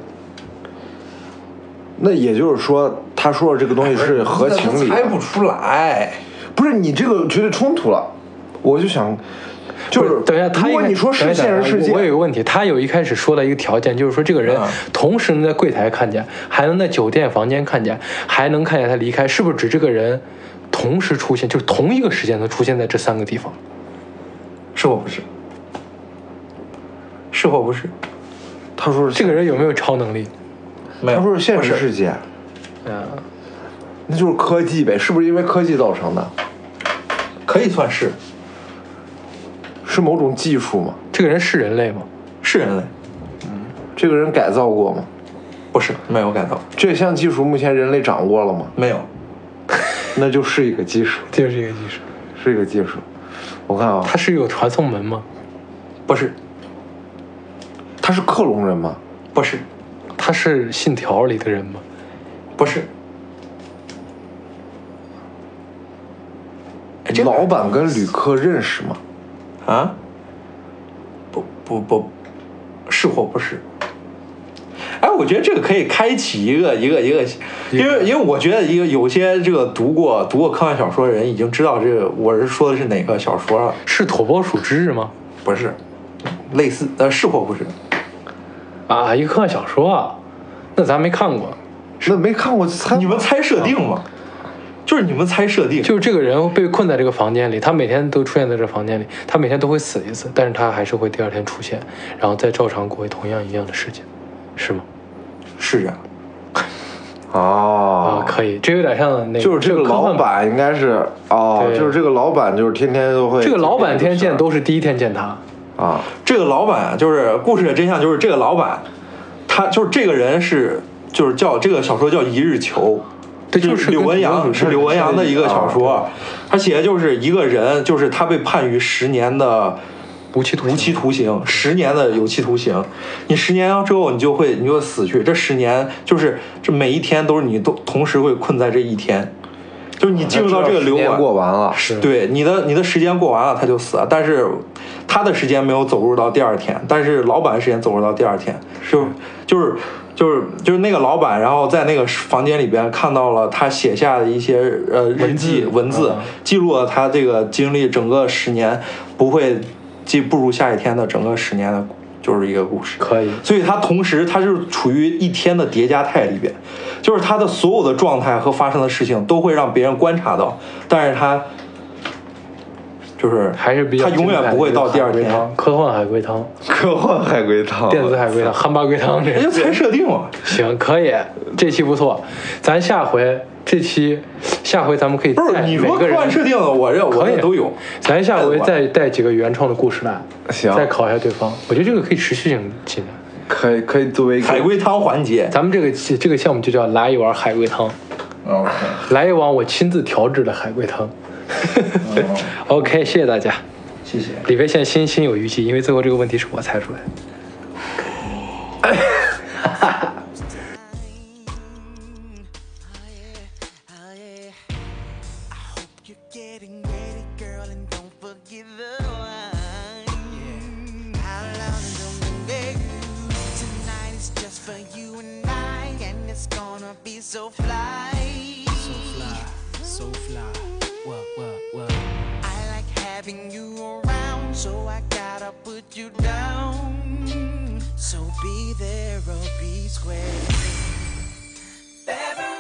Speaker 4: 那也就是说，他说的这个东西是合情理的，
Speaker 5: 哎猜不出来
Speaker 4: 不是你这个绝对冲突了。我就想，就是
Speaker 6: 不等一下，他
Speaker 4: 如
Speaker 6: 应
Speaker 4: 果
Speaker 6: 该
Speaker 4: 你说是
Speaker 6: 等一下
Speaker 4: 现实世界，嗯
Speaker 6: 我我有一个问题，他有一开始说了一个条件，就是说这个人同时能在柜台看见，还能在酒店房间看见，还能看见他离开，是不是指这个人同时出现，就是同一个时间能出现在这三个地方？
Speaker 5: 是或不是是或不是
Speaker 4: 他说是
Speaker 6: 这个人有没有超能力？
Speaker 5: 没有
Speaker 4: 他说是现
Speaker 5: 不
Speaker 4: 实世
Speaker 5: 是
Speaker 4: 界，
Speaker 6: 嗯，
Speaker 4: 那就是科技呗，是不是因为科技造成的？
Speaker 5: 可以算是
Speaker 4: 是某种技术吗？
Speaker 6: 这个人是人类吗？
Speaker 5: 是人类
Speaker 4: 这个人改造过吗？
Speaker 5: 不是没有改造
Speaker 4: 这项技术目前人类掌握了吗？
Speaker 5: 没有
Speaker 4: 那就是一个技术，
Speaker 6: 这是一个技术。
Speaker 4: 是一个技术。我看啊，
Speaker 6: 他是有传送门吗？
Speaker 5: 不是
Speaker 4: 他是克隆人吗？
Speaker 5: 不是
Speaker 6: 他是信条里的人吗？
Speaker 5: 不是哎这个
Speaker 4: 老板跟旅客认识吗？
Speaker 5: 啊不不不是或不是。哎，我觉得这个可以开启一个一个一个，因为因为我觉得一个有些这个读过读过科幻小说的人已经知道这个我是说的是哪个小说了，
Speaker 6: 是土拨鼠之日吗？
Speaker 5: 不是，类似呃是或不是，
Speaker 6: 啊，一个科幻小说啊，那咱没看过。
Speaker 4: 那没看过猜
Speaker 5: 你们猜设定吗？啊就是你们猜设定，
Speaker 6: 就是这个人被困在这个房间里，他每天都出现在这房间里，他每天都会死一次，但是他还是会第二天出现，然后再照常过同样一样的事情，是吗？
Speaker 5: 是这样，
Speaker 6: 啊，
Speaker 4: 哦，
Speaker 6: 可以，这有点像那个，
Speaker 4: 就是这个
Speaker 6: 科幻
Speaker 4: 老板应该是哦，
Speaker 6: 对
Speaker 4: 就是这个老板就是天天都会
Speaker 6: 这个老板天
Speaker 4: 见
Speaker 6: 见都是第一天见他，
Speaker 4: 啊，
Speaker 5: 这个老板就是故事的真相，就是这个老板，他就是这个人是就是叫这个小说叫《一日囚》，
Speaker 6: 对就是是跟
Speaker 5: 柳文
Speaker 6: 土拨鼠
Speaker 5: 阳
Speaker 6: 是
Speaker 5: 是柳文阳的一个小
Speaker 4: 啊
Speaker 5: 说，他写的就是一个人，就是他被判于十年的
Speaker 6: 无期徒
Speaker 5: 无期徒刑，十年的有期徒刑。你十年之后，你就会你就会死去。这十年就是这每一天都是你都同时会困在这一天，就是你进入到这个流
Speaker 4: 时间
Speaker 5: 馆
Speaker 4: 过，完了，
Speaker 5: 是对你的你的时间过完了他就死了，但是他的时间没有走入到第二天，但是老板的时间走入到第二天，就就是就是就是那个老板，然后在那个房间里边看到了他写下的一些呃日记文字，嗯记录了他这个经历整个十年不会进步入下一天的整个十年的，就是一个故事。
Speaker 6: 可以，
Speaker 5: 所以他同时他是处于一天的叠加态里边，就是他的所有的状态和发生的事情都会让别人观察到，但是他就是
Speaker 6: 还是比较
Speaker 5: 他永远不会到第二
Speaker 6: 精彩
Speaker 5: 天，
Speaker 6: 的一个海龟汤，科幻海龟汤、
Speaker 4: 科幻海龟汤，
Speaker 6: 电子海
Speaker 5: 啊
Speaker 6: 龟汤、 汉巴龟汤这
Speaker 5: 人家才哎设定 嘛，
Speaker 6: 行，可以，这期不错，咱下回这期下回咱们可以
Speaker 5: 不是
Speaker 6: 带
Speaker 5: 你
Speaker 6: 每
Speaker 5: 说
Speaker 6: 个
Speaker 5: 科
Speaker 6: 人
Speaker 5: 幻设定的，我这我
Speaker 6: 可以
Speaker 5: 这都 有，
Speaker 6: 咱下回再带几个原创的故事来，
Speaker 4: 行
Speaker 6: 再考一下对方。我觉得这个可以持续性进展。
Speaker 4: 可以可以作为一个
Speaker 5: 海龟汤环节，
Speaker 6: 咱们这个这个项目就叫来一碗海龟汤，
Speaker 4: ，OK，
Speaker 6: 来一碗我亲自调制的海 龟汤。OK，谢谢大家。
Speaker 5: 谢谢。
Speaker 6: 李飞现在心心有余悸，因为最后这个问题是我猜出来的。
Speaker 3: You're getting ready, girl, and don't forget the wine. How long is it gonna take? Tonight is just for you and I, and it's gonna be so fly.
Speaker 2: So fly, so fly. What, what, what?
Speaker 3: I like having you around, so I gotta put you down. So be there or be square. There Oh, Oh, uh,